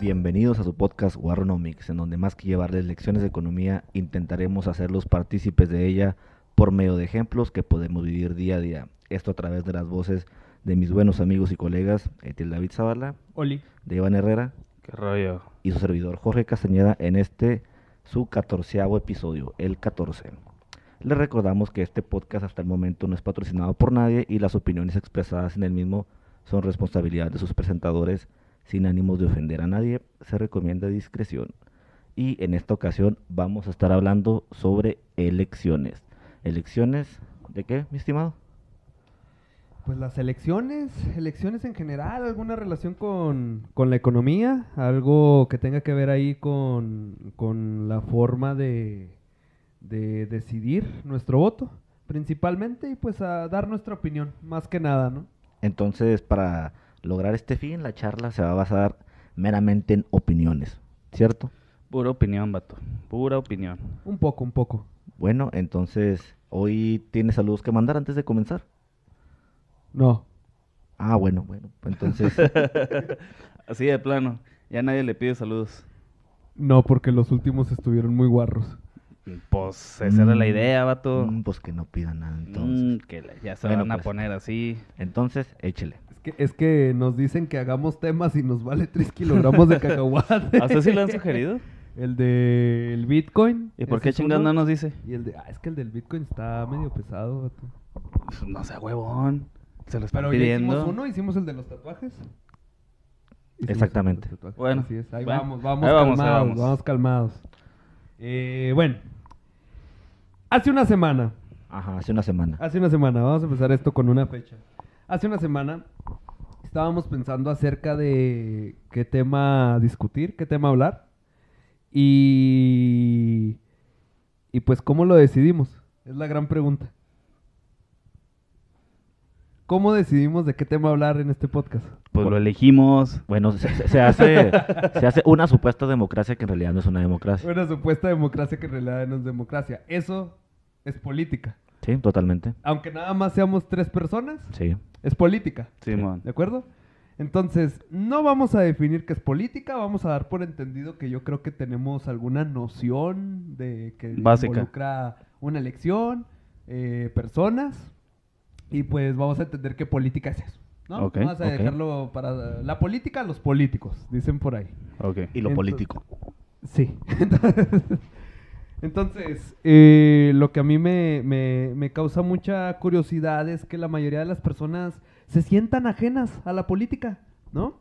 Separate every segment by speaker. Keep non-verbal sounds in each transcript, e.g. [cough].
Speaker 1: Bienvenidos a su podcast Warronomics, en donde más que llevarles lecciones de economía, intentaremos hacerlos partícipes de ella por medio de ejemplos que podemos vivir día a día. Esto a través de las voces de mis buenos amigos y colegas, Etiel David Zavala,
Speaker 2: Oli.
Speaker 1: de Iván Herrera
Speaker 3: Qué rollo.
Speaker 1: y su servidor Jorge Castañeda en este su catorceavo episodio, el 14. Les recordamos que este podcast hasta el momento no es patrocinado por nadie y las opiniones expresadas en el mismo son responsabilidad de sus presentadores sin ánimos de ofender a nadie. Se recomienda discreción. Y en esta ocasión vamos a estar hablando sobre elecciones. ¿Elecciones de qué, mi estimado?
Speaker 2: Pues las elecciones, elecciones en general, alguna relación con, con la economía, algo que tenga que ver ahí con, con la forma de, de decidir nuestro voto, principalmente, y pues a dar nuestra opinión, más que nada, ¿no?
Speaker 1: Entonces, para lograr este fin, la charla se va a basar meramente en opiniones, ¿cierto?
Speaker 3: Pura opinión, vato. Pura [laughs] opinión.
Speaker 2: Un poco, un poco.
Speaker 1: Bueno, entonces, hoy tienes saludos que mandar antes de comenzar.
Speaker 2: No.
Speaker 1: Ah, bueno, bueno, pues
Speaker 3: [laughs]
Speaker 1: entonces,
Speaker 3: Así de plano. Ya nadie le pide saludos.
Speaker 2: No, porque los últimos estuvieron muy guarros.
Speaker 3: Pues esa era la
Speaker 1: Mm,
Speaker 3: idea, vato.
Speaker 1: mm, pues que no pidan nada
Speaker 3: Entonces,
Speaker 1: entonces.
Speaker 3: que la- ya se
Speaker 1: Bueno,
Speaker 3: van a
Speaker 1: pues.
Speaker 3: poner así.
Speaker 1: Entonces, échele.
Speaker 2: Es que, es que nos dicen que hagamos temas y nos vale 3 kilogramos de cacahuate.
Speaker 3: [laughs] ¿A usted sí lo han sugerido?
Speaker 2: El de el Bitcoin.
Speaker 3: ¿Y por
Speaker 2: ese
Speaker 3: qué
Speaker 2: es
Speaker 3: chingados no
Speaker 2: uno.
Speaker 3: nos dice?
Speaker 2: Y el de, ah, es que el del Bitcoin está medio pesado, vato.
Speaker 3: Pues, No sea huevón. Se lo están
Speaker 2: Pero ya
Speaker 3: pidiendo.
Speaker 2: hicimos uno, hicimos el de los tatuajes. el de los
Speaker 1: Exactamente.
Speaker 2: tatuajes,
Speaker 3: Bueno,
Speaker 2: así es. Ahí
Speaker 3: bueno,
Speaker 2: vamos, vamos,
Speaker 3: ahí vamos, ahí
Speaker 2: calmados,
Speaker 3: vamos.
Speaker 2: vamos. calmados. Eh, bueno, hace una semana,
Speaker 1: Ajá, hace una semana.
Speaker 3: Ah.
Speaker 2: hace una semana, vamos a empezar esto con una fecha. Hace una semana estábamos pensando acerca de qué tema discutir, qué tema hablar. Y, y pues, ¿cómo lo decidimos? Es la gran pregunta. ¿Cómo decidimos de qué tema hablar en este podcast?
Speaker 3: Pues lo elegimos.
Speaker 1: Bueno, se, se- se
Speaker 3: [laughs]
Speaker 1: hace, se hace una supuesta democracia que en realidad no es una democracia.
Speaker 2: Una supuesta democracia que en realidad no es democracia. Eso es política.
Speaker 1: Sí, totalmente.
Speaker 2: Aunque nada más seamos tres personas,
Speaker 1: Sí.
Speaker 2: es política.
Speaker 3: Simón.
Speaker 2: ¿De acuerdo? Entonces, no vamos a definir qué es política, vamos a dar por entendido que yo creo que tenemos alguna noción de que
Speaker 3: Básica.
Speaker 2: involucra una elección, eh, personas, y pues vamos a entender qué política es eso. ¿no?
Speaker 3: Ok,
Speaker 2: vamos a
Speaker 1: ok.
Speaker 2: dejarlo para la política, los políticos, dicen por ahí.
Speaker 3: Ok.
Speaker 1: Y lo
Speaker 2: Entonces-
Speaker 1: político.
Speaker 2: Sí. [laughs] Entonces, eh, lo que a mí me, me- me causa mucha curiosidad es que la mayoría de las personas se sientan ajenas a la política, ¿no?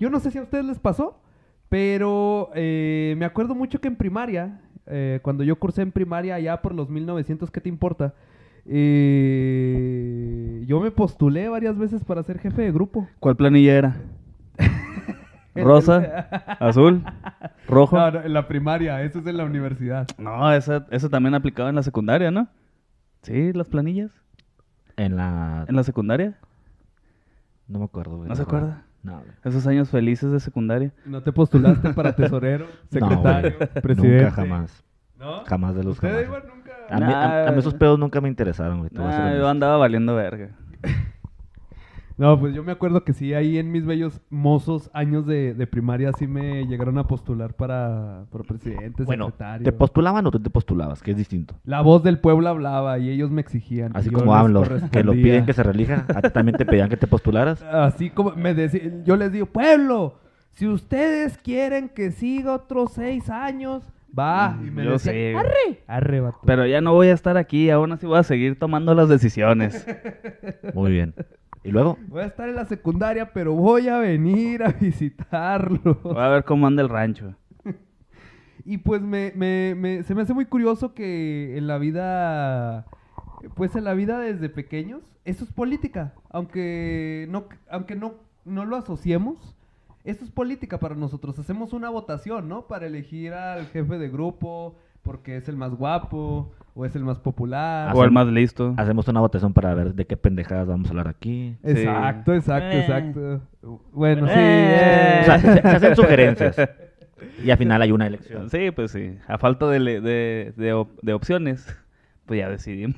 Speaker 2: Yo no sé si a ustedes les pasó, pero eh, me acuerdo mucho que en primaria, eh, cuando yo cursé en primaria allá por los 1900, ¿qué te importa? Eh, yo me postulé varias veces para ser jefe de grupo.
Speaker 3: ¿Cuál planilla [laughs] era? Rosa, azul, rojo.
Speaker 2: [laughs] No, no, en la primaria, eso es en la universidad.
Speaker 3: No, esa, eso también aplicaba en la secundaria, ¿no? Sí, las planillas.
Speaker 1: En la...
Speaker 3: En la secundaria.
Speaker 1: No me acuerdo. güey,
Speaker 3: ¿No se
Speaker 1: la verdad.
Speaker 3: acuerda?
Speaker 1: No, güey.
Speaker 3: Esos años felices de secundaria.
Speaker 2: ¿No te postulaste para tesorero,
Speaker 1: [laughs] No, güey.
Speaker 2: secretario, presidente?
Speaker 1: Nunca jamás.
Speaker 2: ¿No?
Speaker 1: Jamás de los
Speaker 2: ¿Ustedes
Speaker 1: jamás.
Speaker 2: igual nunca?
Speaker 1: A mí, a- a mí esos pedos nunca me interesaron, güey. te voy a ser
Speaker 3: Nah, Ah, yo
Speaker 1: honesto.
Speaker 3: andaba valiendo verga.
Speaker 2: No, pues yo me acuerdo que sí, ahí en mis bellos mozos años de, de primaria sí me llegaron a postular para, para presidente,
Speaker 1: Bueno,
Speaker 2: secretario.
Speaker 1: ¿te postulaban o tú te postulabas? Que es distinto.
Speaker 2: La voz del pueblo hablaba y ellos me exigían.
Speaker 1: Así
Speaker 2: yo
Speaker 1: como
Speaker 2: les
Speaker 1: hablo, que lo
Speaker 2: correspondía.
Speaker 1: piden que se relija, a ti también te pedían que te postularas.
Speaker 2: Así como me decían, yo les digo, pueblo, si ustedes quieren que siga otros seis años, va.
Speaker 1: Mm,
Speaker 2: Y me
Speaker 3: Yo
Speaker 2: decían,
Speaker 3: sé.
Speaker 2: arre, arre, vato.
Speaker 3: Pero ya no voy a estar aquí, aún así voy a seguir tomando
Speaker 2: [laughs]
Speaker 3: las decisiones.
Speaker 1: Muy bien. Y luego,
Speaker 2: Voy a estar en la secundaria, pero voy a venir a [laughs] visitarlo.
Speaker 3: Voy a ver cómo anda el rancho.
Speaker 2: Y pues me, me- me- se me hace muy curioso que en la vida, pues en la vida desde pequeños, eso es política. Aunque no, aunque no, no lo asociemos, eso es política para nosotros. Hacemos una votación, ¿no? Para elegir al jefe de grupo, porque es el más guapo, o es el más popular.
Speaker 3: O el más listo.
Speaker 2: Ah,
Speaker 1: hacemos una votación para ver de qué pendejadas vamos a hablar aquí.
Speaker 2: Exacto,
Speaker 3: Sí.
Speaker 2: exacto,
Speaker 3: Eh.
Speaker 2: exacto. Bueno, sí.
Speaker 3: Eh.
Speaker 1: O
Speaker 2: eh.
Speaker 1: sea, se, se hacen sugerencias. Y al final hay una elección.
Speaker 3: [laughs] Sí, pues sí. A falta de, le- de, de op- de opciones, pues ya decidimos.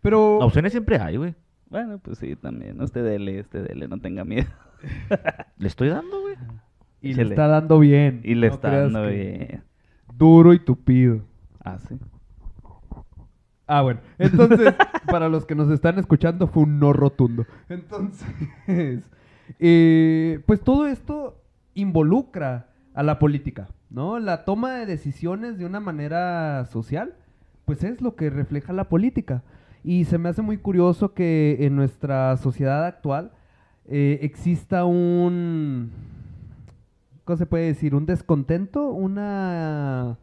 Speaker 2: Pero...
Speaker 1: Opciones siempre hay, güey.
Speaker 3: este Bueno, pues sí, también. Usted dele, este dele, no tenga miedo.
Speaker 1: Le estoy dando, güey.
Speaker 2: Y
Speaker 3: se
Speaker 2: le
Speaker 3: le-
Speaker 2: está dando bien.
Speaker 3: Y le
Speaker 2: no
Speaker 3: está
Speaker 2: creas
Speaker 3: dando
Speaker 2: que-
Speaker 3: bien.
Speaker 2: Duro y tupido.
Speaker 3: Ah, sí.
Speaker 2: Ah, bueno. Entonces, [laughs] para los que nos están escuchando, fue un no rotundo. Entonces, [laughs] eh, pues todo esto involucra a la política, ¿no? La toma de decisiones de una manera social, pues es lo que refleja la política. Y se me hace muy curioso que en nuestra sociedad actual eh, exista un... ¿Cómo se puede decir? Un descontento, una...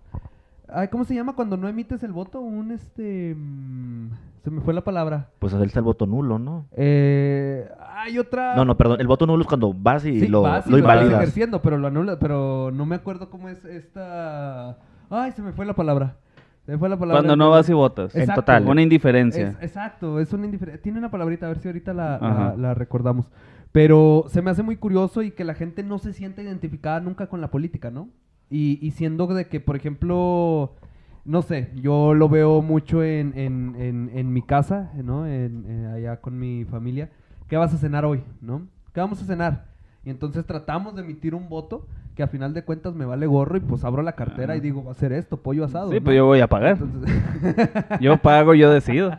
Speaker 2: Ay, ¿cómo se llama cuando no emites el voto? Un este... mm, se me fue la palabra.
Speaker 1: Pues hacerse el voto nulo, ¿no?
Speaker 2: Eh, hay otra...
Speaker 1: No, no, perdón. El voto nulo es cuando vas y
Speaker 2: Sí,
Speaker 1: lo,
Speaker 2: vas y
Speaker 1: lo
Speaker 2: lo vas
Speaker 1: invalidas.
Speaker 2: ejerciendo, pero lo anula, pero no me acuerdo cómo es esta... Ay, se me fue la palabra. Se me fue la palabra.
Speaker 3: Cuando no vas y votas.
Speaker 1: En
Speaker 2: Exacto.
Speaker 1: total.
Speaker 3: Una indiferencia.
Speaker 2: Es- exacto, es una indiferencia. Tiene una palabrita, a ver si ahorita la, la-
Speaker 3: Ajá.
Speaker 2: la recordamos. Pero se me hace muy curioso y que la gente no se sienta identificada nunca con la política, ¿no? Y, y siendo de que, por ejemplo, no sé, yo lo veo mucho en, en- en- en mi casa, ¿no? En- en allá con mi familia. ¿Qué vas a cenar hoy, no? ¿Qué vamos a cenar? Y entonces tratamos de emitir un voto que a final de cuentas me vale gorro y pues abro la cartera y digo, va a ser esto, pollo asado.
Speaker 3: sí,
Speaker 2: ¿no?
Speaker 3: pues yo voy a pagar.
Speaker 2: Entonces- [laughs]
Speaker 3: Yo pago, yo decido.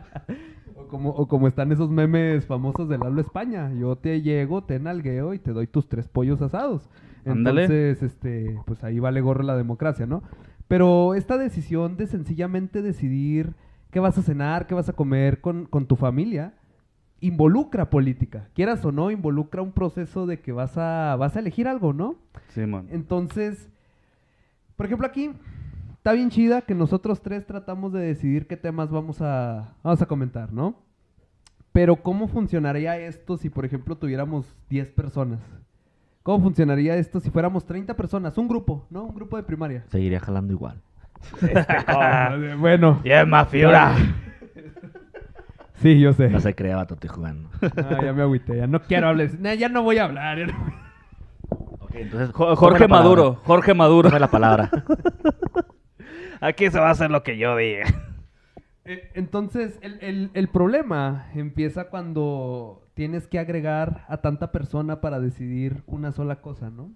Speaker 2: O como, o como están esos memes famosos del habla España. Yo te llego, te nalgueo y te doy tus tres pollos asados.
Speaker 3: Ándale.
Speaker 2: Entonces, este, pues ahí vale gorro la democracia, ¿no? Pero esta decisión de sencillamente decidir qué vas a cenar, qué vas a comer con, con tu familia, involucra política. Quieras o no, involucra un proceso de que vas a, vas a elegir algo, ¿no?
Speaker 3: Simón.
Speaker 2: Entonces, por ejemplo, aquí está bien chida que nosotros tres tratamos de decidir qué temas vamos a, vamos a comentar, ¿no? Pero ¿cómo funcionaría esto si, por ejemplo, tuviéramos 10 personas? ¿Cómo funcionaría esto si fuéramos 30 personas? Un grupo, ¿no? Un grupo
Speaker 1: [laughs]
Speaker 2: de primaria.
Speaker 1: Seguiría jalando igual.
Speaker 2: bueno.
Speaker 1: ¡Ya es más
Speaker 2: Sí, yo sé.
Speaker 1: No se crea, vato, estoy jugando.
Speaker 2: Ah, ya me agüité, ya no quiero hablar. Nah, ya no voy a hablar. ya no voy a-
Speaker 1: Ok, entonces,
Speaker 3: Jo- Jorge Maduro, Jorge Maduro.
Speaker 1: Dame la palabra.
Speaker 3: Aquí se va a hacer lo que yo diga.
Speaker 2: Eh, Entonces, el, el- el problema empieza cuando tienes que agregar a tanta persona para decidir una sola cosa, ¿no?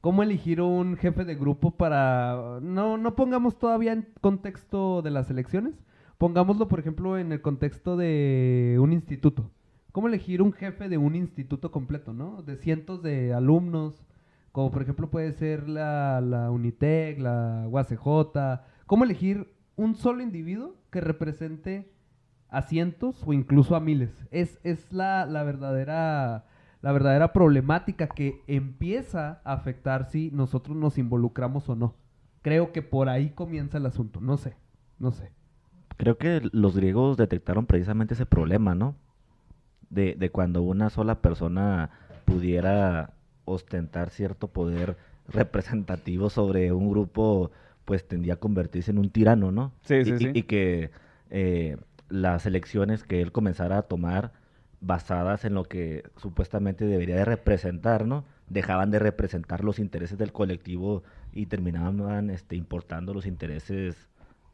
Speaker 2: ¿Cómo elegir un jefe de grupo para... No, no pongamos todavía en contexto de las elecciones, pongámoslo, por ejemplo, en el contexto de un instituto. ¿Cómo elegir un jefe de un instituto completo, ¿no? De cientos de alumnos, como por ejemplo puede ser la, la Unitec, la UACJ. ¿Cómo elegir un solo individuo que represente a cientos o incluso a miles? Es, es la, la verdadera la verdadera problemática que empieza a afectar si nosotros nos involucramos o no. Creo que por ahí comienza el asunto. No sé, no sé.
Speaker 1: Creo que los griegos detectaron precisamente ese problema, ¿no? De, de cuando una sola persona pudiera ostentar cierto poder representativo sobre un grupo, pues tendía a convertirse en un tirano, ¿no?
Speaker 3: Sí,
Speaker 1: y,
Speaker 3: sí,
Speaker 1: y-
Speaker 3: sí.
Speaker 1: y que eh, las elecciones que él comenzara a tomar basadas en lo que supuestamente debería de representar, ¿no? Dejaban de representar los intereses del colectivo y terminaban este, importando los intereses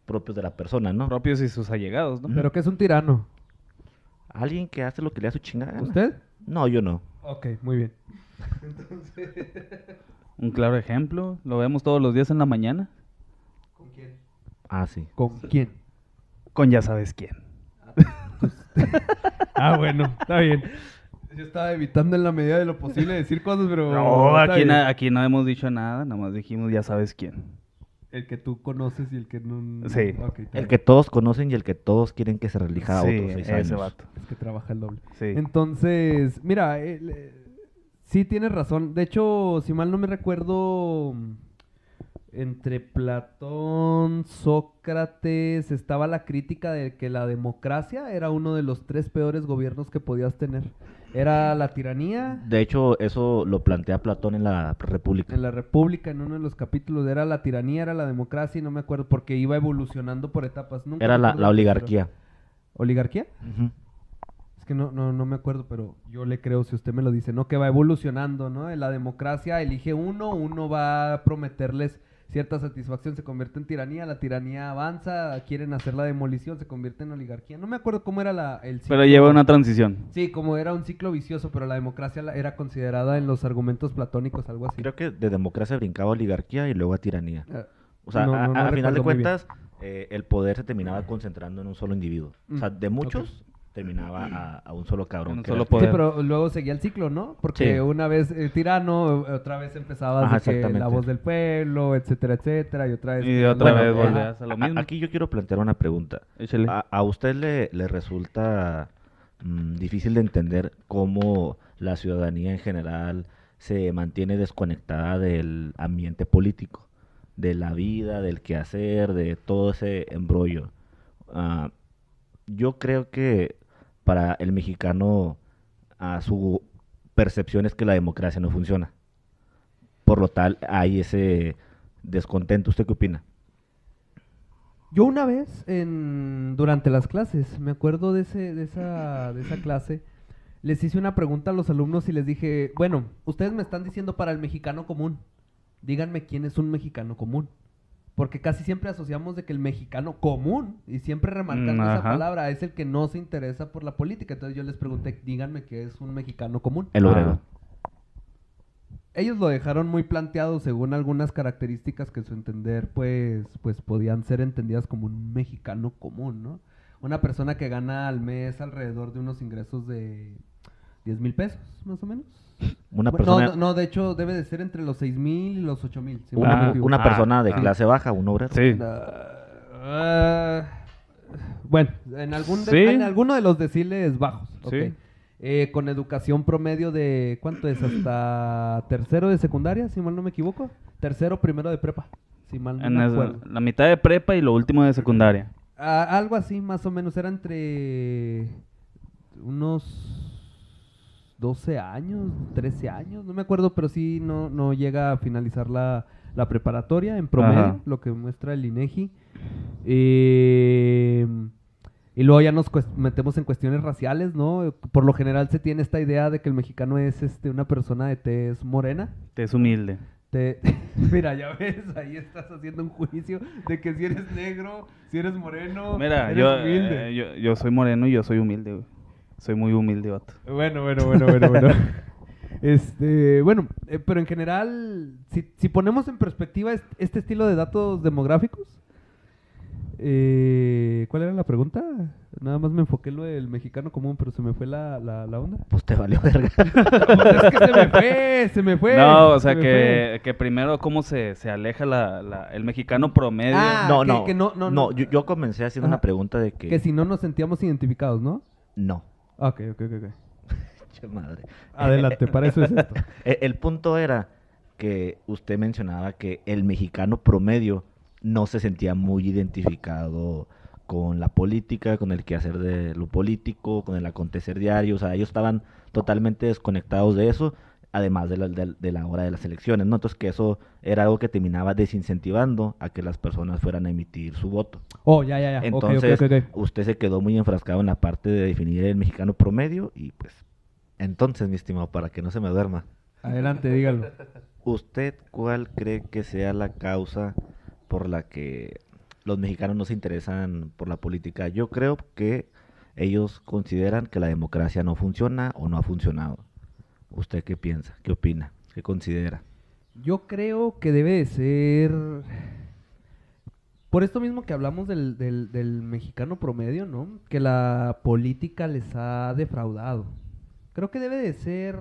Speaker 1: propios de la persona, ¿no?
Speaker 3: Propios y sus allegados, ¿no?
Speaker 2: Pero que es un tirano.
Speaker 1: Alguien que hace lo que le da su chingada. gana.
Speaker 2: ¿Usted?
Speaker 1: No, yo no.
Speaker 2: Ok, muy bien.
Speaker 3: Un claro ejemplo. Lo vemos todos los días en la mañana.
Speaker 2: ¿Con quién?
Speaker 1: Ah, sí.
Speaker 2: ¿Con quién?
Speaker 3: Con ya sabes quién.
Speaker 2: Ah, bueno, está bien. Yo estaba evitando en la medida de lo posible decir cosas, pero...
Speaker 3: No,
Speaker 2: está
Speaker 3: aquí,
Speaker 2: bien.
Speaker 3: na- aquí no hemos dicho nada. Nada más dijimos ya sabes quién.
Speaker 2: El que tú conoces y el que no...
Speaker 3: Sí.
Speaker 2: Ok, está
Speaker 1: El
Speaker 2: bien.
Speaker 1: que todos conocen y el que todos quieren que se relija a
Speaker 3: Sí,
Speaker 1: otros seis
Speaker 3: ese
Speaker 1: años.
Speaker 3: vato.
Speaker 2: Es que trabaja el doble.
Speaker 3: Sí.
Speaker 2: Entonces, mira, el, eh, sí tienes razón. De hecho, si mal no me recuerdo, mm, entre Platón, Sócrates, estaba la crítica de que la democracia era uno de los tres peores gobiernos que podías tener. Era la tiranía,
Speaker 1: De hecho, eso lo plantea Platón en la República.
Speaker 2: en la República, en uno de los capítulos, era la tiranía, era la democracia, y no me acuerdo, porque iba evolucionando por etapas. Nunca
Speaker 1: Era
Speaker 2: me
Speaker 1: la,
Speaker 2: acuerdo
Speaker 1: la
Speaker 2: bien, pero-
Speaker 1: oligarquía.
Speaker 2: ¿Oligarquía?
Speaker 1: Ujú.
Speaker 2: Es que no, no, no me acuerdo, pero yo le creo si usted me lo dice, ¿no? Que va evolucionando, ¿no? La democracia elige uno, uno va a prometerles cierta satisfacción se convierte en tiranía, la tiranía avanza, quieren hacer la demolición, se convierte en oligarquía. No me acuerdo cómo era la, el
Speaker 3: Pero
Speaker 2: ciclo.
Speaker 3: lleva una transición.
Speaker 2: Sí, como era un ciclo vicioso, pero la democracia la- era considerada en los argumentos platónicos algo así.
Speaker 1: Creo que de democracia brincaba a oligarquía y luego a tiranía.
Speaker 2: Ah,
Speaker 1: O sea,
Speaker 2: no,
Speaker 1: a,
Speaker 2: no, no
Speaker 1: a- a final de
Speaker 2: recuerdo muy bien.
Speaker 1: cuentas, eh, el poder se terminaba concentrando en un solo individuo. O sea,
Speaker 2: Mm,
Speaker 1: de muchos, terminaba a, a un solo cabrón.
Speaker 3: En un
Speaker 1: que era
Speaker 3: solo
Speaker 1: el-
Speaker 3: poder.
Speaker 2: Sí, pero luego seguía el ciclo, ¿no? Porque
Speaker 1: Sí.
Speaker 2: una vez eh, tirano, eh, otra vez empezaba
Speaker 1: Ajá,
Speaker 2: de que la
Speaker 1: exactamente.
Speaker 2: voz del pueblo, etcétera, etcétera, y otra vez.
Speaker 3: Y otra
Speaker 2: Bueno,
Speaker 3: vez
Speaker 2: ajá.
Speaker 3: volvías a lo
Speaker 1: eh, A-
Speaker 3: mismo.
Speaker 1: Aquí yo quiero plantear una pregunta.
Speaker 3: Échale.
Speaker 1: ¿A, a usted le, le resulta mm, difícil de entender cómo la ciudadanía en general se mantiene desconectada del ambiente político, de la vida, del quehacer, de todo ese embrollo? Ah, yo creo que para el mexicano a su percepción es que la democracia no funciona. Por lo tal, hay ese descontento. ¿Usted qué opina?
Speaker 2: Yo una vez, en, durante las clases, me acuerdo de, ese, de, esa, de esa clase, les hice una pregunta a los alumnos y les dije, bueno, ustedes me están diciendo para el mexicano común, díganme quién es un mexicano común. Porque casi siempre asociamos de que el mexicano común, y siempre remarcando
Speaker 3: Mm,
Speaker 2: esa
Speaker 3: ajá.
Speaker 2: palabra, es el que no se interesa por la política. Entonces yo les pregunté, díganme qué es un mexicano común.
Speaker 1: El obrero.
Speaker 2: Ellos lo dejaron muy planteado según algunas características que en su entender pues, pues podían ser entendidas como un mexicano común, ¿no? Una persona que gana al mes alrededor de unos ingresos de 10 mil pesos, más o menos.
Speaker 1: Una
Speaker 2: Bu-
Speaker 1: persona...
Speaker 2: no, no, no, de hecho debe de ser entre los 6 mil y los 8 mil. si mal no me
Speaker 1: Una,
Speaker 3: Ah,
Speaker 1: mu-
Speaker 2: equivoco.
Speaker 1: una
Speaker 3: ah,
Speaker 1: persona de
Speaker 3: ah.
Speaker 1: clase baja, un obrero.
Speaker 3: Sí.
Speaker 2: Ah, bueno, en, algún de-
Speaker 3: Sí.
Speaker 2: en alguno de los deciles bajos. ok.
Speaker 3: Sí.
Speaker 2: Eh, con educación promedio de, ¿cuánto es? Hasta tercero de secundaria, si mal no me equivoco. Tercero, primero de prepa, si mal no
Speaker 3: En
Speaker 2: me
Speaker 3: es-
Speaker 2: acuerdo.
Speaker 3: la mitad de prepa y lo último de secundaria.
Speaker 2: Ah, algo así, más o menos. Era entre unos 12 años, 13 años, no me acuerdo, pero sí no, no llega a finalizar la, la preparatoria en promedio,
Speaker 3: Ajá.
Speaker 2: lo que muestra el INEGI. Eh, y luego ya nos cues- metemos en cuestiones raciales, ¿no? Por lo general se tiene esta idea de que el mexicano es este, una persona de tez morena.
Speaker 3: Te es humilde.
Speaker 2: Te- [laughs] Mira, ya ves, ahí estás haciendo un juicio de que si eres negro, si eres moreno,
Speaker 3: Mira,
Speaker 2: eres
Speaker 3: yo,
Speaker 2: humilde.
Speaker 3: eh, yo, yo soy moreno y yo soy humilde, güey. Soy muy humilde, vato.
Speaker 2: Bueno, bueno, bueno, bueno,
Speaker 3: [laughs]
Speaker 2: bueno. Este, bueno, eh, pero en general, si, si ponemos en perspectiva est- este estilo de datos demográficos, eh, ¿cuál era la pregunta? Nada más me enfoqué en lo del mexicano común, pero se me fue la, la, la
Speaker 3: [laughs]
Speaker 2: onda.
Speaker 1: Pues te valió verga.
Speaker 2: es que se me fue, se me fue.
Speaker 3: no, o sea,
Speaker 2: se me fue.
Speaker 3: que, que primero cómo se, se aleja la, la- el mexicano promedio.
Speaker 2: Ah,
Speaker 1: no,
Speaker 2: que-
Speaker 1: no,
Speaker 2: que no,
Speaker 1: no,
Speaker 2: no, no.
Speaker 1: Yo, yo comencé haciendo
Speaker 2: Ajá.
Speaker 1: una pregunta de que...
Speaker 2: Que si no nos sentíamos identificados, ¿no?
Speaker 1: No. [laughs]
Speaker 2: Ok, ok, ok. ok.
Speaker 1: Che madre.
Speaker 2: Adelante, para eso es esto.
Speaker 1: E- El punto era que usted mencionaba que el mexicano promedio no se sentía muy identificado con la política, con el quehacer de lo político, con el acontecer diario. O sea, ellos estaban totalmente desconectados de eso, además de la, de- de la hora de las elecciones, ¿no? Entonces que eso era algo que terminaba desincentivando a que las personas fueran a emitir su voto.
Speaker 2: [laughs] Oh, ya, ya, ya. Ok, ok,
Speaker 1: Entonces,
Speaker 2: ok, ok.
Speaker 1: usted se quedó muy enfrascado en la parte de definir el mexicano promedio y pues, entonces, mi estimado, para que no se me duerma,
Speaker 2: Adelante, dígalo.
Speaker 1: ¿usted cuál cree que sea la causa por la que los mexicanos no se interesan por la política? Yo creo que ellos consideran que la democracia no funciona o no ha funcionado. ¿Usted qué piensa? ¿Qué opina? ¿Qué considera?
Speaker 2: Yo creo que debe de ser. Por esto mismo que hablamos del, del- del mexicano promedio, ¿no? Que la política les ha defraudado. Creo que debe de ser.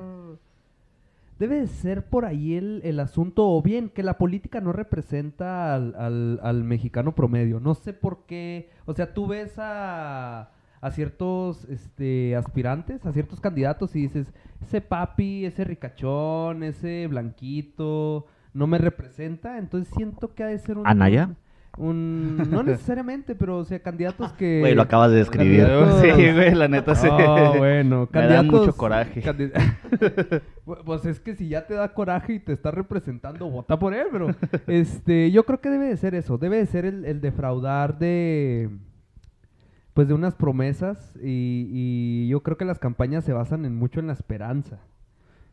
Speaker 2: Debe de ser por ahí el, el asunto, o bien que la política no representa al, al- al mexicano promedio. No sé por qué. O sea, tú ves a, a ciertos este, aspirantes, a ciertos candidatos y dices, ese papi, ese ricachón, ese blanquito, no me representa. Entonces siento que ha de ser un...
Speaker 1: ¿Anaya?
Speaker 2: un-
Speaker 3: [laughs]
Speaker 2: no necesariamente, pero o sea, candidatos que...
Speaker 1: Güey, lo acabas de describir.
Speaker 2: Candidatos-
Speaker 3: [laughs] Sí, güey, la neta sí. [laughs]
Speaker 2: Ah, bueno,
Speaker 3: Me da mucho coraje. [laughs]
Speaker 2: candi- Bu- pues es que si ya te da coraje y te está representando, vota por él, bro. Este, yo creo que debe de ser eso, debe de ser el, el defraudar de pues de unas promesas y, y yo creo que las campañas se basan en mucho en la esperanza.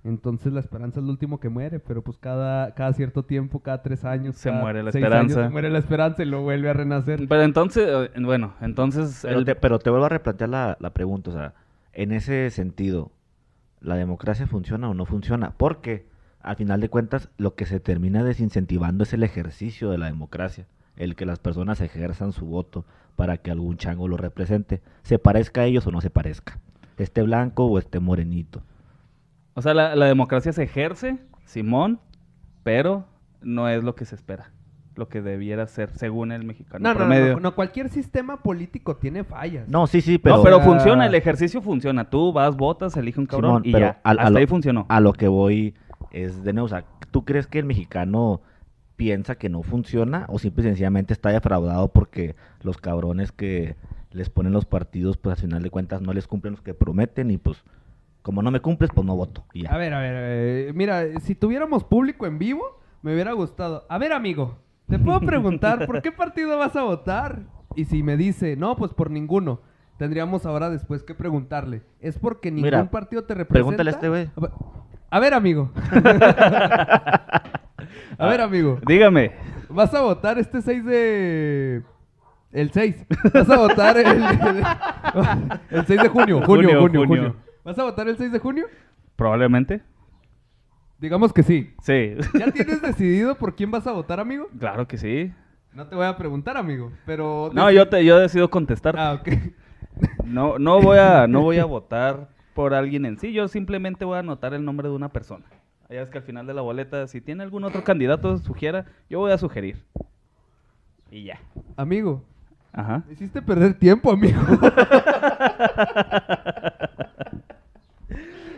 Speaker 2: Entonces la esperanza es lo último que muere, pero pues cada, cada cierto tiempo, cada tres años,
Speaker 3: Se
Speaker 2: cada
Speaker 3: muere la
Speaker 2: seis años,
Speaker 3: esperanza.
Speaker 2: se muere la esperanza y lo vuelve a renacer.
Speaker 3: Pero entonces, eh, bueno, entonces...
Speaker 1: Pero,
Speaker 3: el-
Speaker 1: te, pero te vuelvo a replantear la, la pregunta, o sea, en ese sentido, ¿la democracia funciona o no funciona? Porque, al final de cuentas, lo que se termina desincentivando es el ejercicio de la democracia, el que las personas ejerzan su voto para que algún chango lo represente, se parezca a ellos o no se parezca, esté blanco o esté morenito.
Speaker 3: O sea, la, la democracia se ejerce, Simón, pero no es lo que se espera, lo que debiera ser según el mexicano
Speaker 2: No, no, no,
Speaker 3: promedio.
Speaker 2: no, no, cualquier sistema político tiene fallas.
Speaker 1: No, sí, sí, pero...
Speaker 3: No, pero
Speaker 2: Ah.
Speaker 3: funciona, el ejercicio funciona. Tú vas, votas, elige un cabrón
Speaker 1: Simón,
Speaker 3: y
Speaker 1: pero
Speaker 3: ya.
Speaker 1: al- a
Speaker 3: Hasta
Speaker 1: lo-
Speaker 3: ahí funcionó.
Speaker 1: A lo que voy es de nuevo, o sea, ¿tú crees que el mexicano piensa que no funciona o simple y sencillamente está defraudado porque los cabrones que les ponen los partidos, pues al final de cuentas no les cumplen los que prometen y pues como no me cumples, pues no voto. y ya.
Speaker 2: A ver, a ver, a ver, mira, si tuviéramos público en vivo, me hubiera gustado. A ver, amigo,
Speaker 1: [laughs]
Speaker 2: te puedo preguntar, ¿por qué partido vas a votar? Y si me dice, no, pues por ninguno. Tendríamos ahora después que preguntarle. ¿Es porque ningún
Speaker 1: Mira,
Speaker 2: partido te representa?
Speaker 1: pregúntale a este güey.
Speaker 2: A ver- A
Speaker 1: [laughs]
Speaker 2: ver, amigo. a ver, amigo.
Speaker 3: Dígame.
Speaker 2: Vas a votar este 6 de... El 6. Vas a votar el... el 6 de junio. Junio,
Speaker 3: Junio,
Speaker 2: junio, junio.
Speaker 3: junio.
Speaker 2: ¿Vas a votar el 6 de junio?
Speaker 3: Probablemente.
Speaker 2: Digamos que sí. [laughs]
Speaker 3: Sí.
Speaker 2: ¿Ya tienes decidido por quién vas a votar, amigo?
Speaker 3: claro que sí.
Speaker 2: No te voy a preguntar, amigo, pero...
Speaker 3: No, yo te, yo decido contestar.
Speaker 2: Ah, ok.
Speaker 3: No, no voy a, no
Speaker 2: [laughs]
Speaker 3: voy a votar por alguien en sí. Yo simplemente voy a anotar el nombre de una persona. Ya es que al final de la boleta, si tiene algún otro candidato, sugiera, yo voy a sugerir. Y ya.
Speaker 2: Amigo,
Speaker 3: Ajá.
Speaker 2: me hiciste perder tiempo, amigo.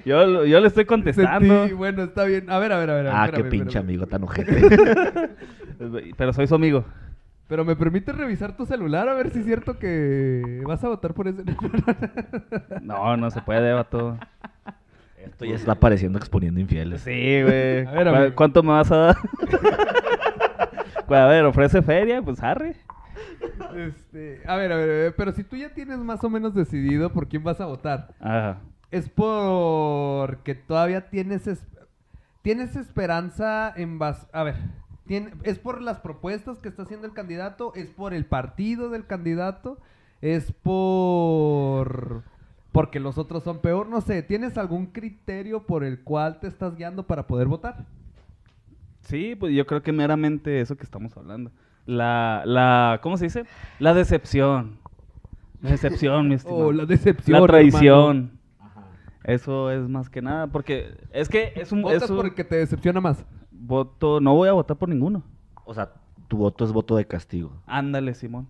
Speaker 3: Yo, lo- yo le estoy contestando.
Speaker 2: Sentí- bueno, está bien. A ver, a ver, a ver.
Speaker 1: Ah,
Speaker 2: espérame,
Speaker 1: qué pinche
Speaker 2: espérame.
Speaker 1: amigo tan ojete.
Speaker 3: Pero soy su amigo.
Speaker 2: Pero me permites revisar tu celular a ver si es cierto que vas a votar por ese... [laughs]
Speaker 3: No, no se puede, vato.
Speaker 1: Esto ya está pareciendo exponiendo infieles.
Speaker 3: Sí, güey.
Speaker 2: A ver,
Speaker 3: ¿Cu-
Speaker 2: amigo.
Speaker 3: ¿Cuánto me vas a dar? [laughs] Güey, a ver, ofrece feria, pues arre.
Speaker 2: Este, a ver, a ver, a ver, pero si tú ya tienes más o menos decidido por quién vas a votar,
Speaker 3: Ajá.
Speaker 2: es porque todavía tienes es- tienes esperanza en base, a ver, tien- es por las propuestas que está haciendo el candidato, es por el partido del candidato, es por porque los otros son peor, no sé, ¿tienes algún criterio por el cual te estás guiando para poder votar?
Speaker 3: Sí, pues yo creo que meramente eso que estamos hablando. La, la, ¿cómo se dice? La decepción. La
Speaker 2: [laughs]
Speaker 3: decepción, mi estimado.
Speaker 2: O Oh, la
Speaker 3: La
Speaker 2: decepción. hermano.
Speaker 3: traición. Eso es más que nada, porque es que es un,
Speaker 2: Votas
Speaker 3: es un
Speaker 2: por el que te decepciona más.
Speaker 3: voto, no voy a votar por ninguno.
Speaker 1: O sea, tu voto es voto de castigo.
Speaker 3: Ándale, Simón.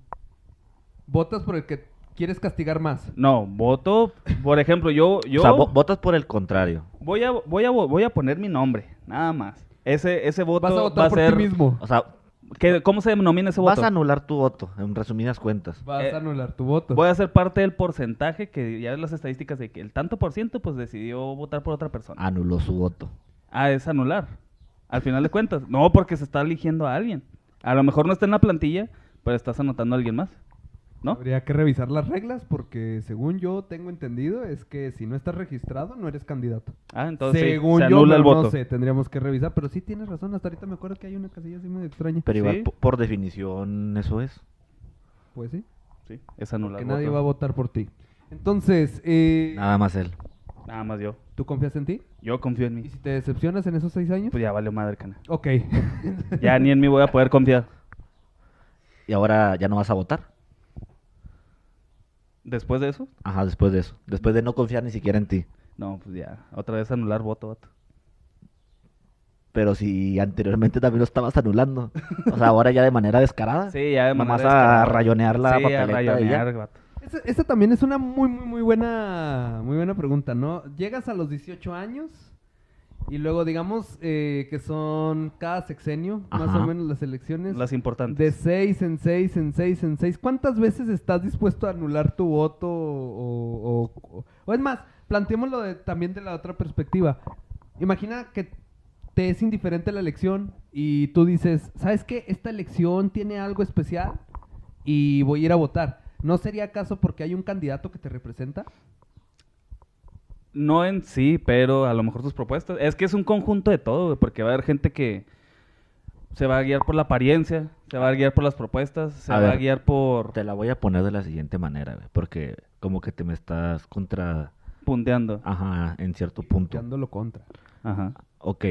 Speaker 2: Votas por el que quieres castigar más.
Speaker 3: No, voto, por ejemplo, yo, yo
Speaker 1: O sea, vo- votas por el contrario.
Speaker 3: voy, a, voy, a, voy a poner mi nombre, nada más. Ese, ese voto
Speaker 2: Vas a
Speaker 3: va
Speaker 2: votar por
Speaker 3: ser...
Speaker 2: ti mismo.
Speaker 1: O sea,
Speaker 3: ¿Qué- ¿Cómo se denomina ese
Speaker 1: vas
Speaker 3: voto?
Speaker 1: a anular tu voto, en resumidas cuentas.
Speaker 2: Vas
Speaker 3: Eh,
Speaker 2: a anular tu voto.
Speaker 3: Voy a hacer parte del porcentaje que ya ves las estadísticas de que el tanto por ciento pues decidió votar por otra persona.
Speaker 1: Anuló su voto.
Speaker 3: Ah, es anular. Al final de cuentas. No, porque se está eligiendo a alguien. A lo mejor no está en la plantilla, pero estás anotando a alguien más. ¿No?
Speaker 2: Habría que revisar las reglas porque según yo tengo entendido es que si no estás registrado no eres candidato.
Speaker 3: Ah, entonces sí,
Speaker 2: según
Speaker 3: se
Speaker 2: yo,
Speaker 3: anula el
Speaker 2: pero
Speaker 3: voto.
Speaker 2: no sé, tendríamos que revisar, pero sí tienes razón, hasta ahorita me acuerdo que hay una casilla así medio extraña.
Speaker 1: Pero igual,
Speaker 3: Sí.
Speaker 1: po- por definición, eso es.
Speaker 2: Pues sí,
Speaker 3: Sí, es anular
Speaker 2: que
Speaker 3: el
Speaker 2: nadie
Speaker 3: voto.
Speaker 2: va a votar por ti. Entonces, eh,
Speaker 1: Nada más él.
Speaker 3: Nada más yo.
Speaker 2: ¿tú confías en ti?
Speaker 3: Yo confío en
Speaker 2: ¿Y
Speaker 3: mí.
Speaker 2: si te decepcionas en esos seis años?
Speaker 3: Pues ya valió madre
Speaker 2: [laughs]
Speaker 3: cana.
Speaker 2: Ok. [laughs]
Speaker 3: Ya ni en mí voy a poder confiar.
Speaker 1: Y ahora ya no vas a votar.
Speaker 3: Después de eso,
Speaker 1: Ajá, después de eso. Después de no confiar ni siquiera en ti.
Speaker 3: no, pues ya. Otra vez anular voto, vato.
Speaker 1: Pero si anteriormente también lo estabas anulando. O sea, ahora ya de manera
Speaker 2: Ah.
Speaker 1: descarada.
Speaker 3: Sí, ya de manera
Speaker 1: Nomás
Speaker 3: descarada.
Speaker 1: a rayonear la
Speaker 3: sí,
Speaker 1: papeleta.
Speaker 3: a
Speaker 1: y ya.
Speaker 3: rayonear, vato.
Speaker 2: Esa, esa también es una muy, muy, muy buena, muy buena pregunta, ¿no? Llegas a los 18 años y luego digamos eh, que son cada sexenio, más
Speaker 1: Ajá.
Speaker 2: o menos las elecciones.
Speaker 3: Las importantes.
Speaker 2: de 6 en 6 en 6 en 6. ¿Cuántas veces estás dispuesto a anular tu voto o, o- o- o es más, planteémoslo de- también de la otra perspectiva. Imagina que te es indiferente la elección y tú dices, ¿sabes qué? Esta elección tiene algo especial y voy a ir a votar. ¿No sería acaso porque hay un candidato que te representa?
Speaker 3: no en sí, pero a lo mejor tus propuestas. Es que es un conjunto de todo, güey, porque va a haber gente que se va a guiar por la apariencia, se va a guiar por las propuestas, se
Speaker 1: A
Speaker 3: va a
Speaker 1: ver.
Speaker 3: guiar por
Speaker 1: Te la voy a poner de la siguiente manera, güey, porque como que te me estás contra...
Speaker 3: punteando.
Speaker 1: Ajá, en cierto punto.
Speaker 2: Echándolo contra.
Speaker 3: Ajá.
Speaker 1: Ok,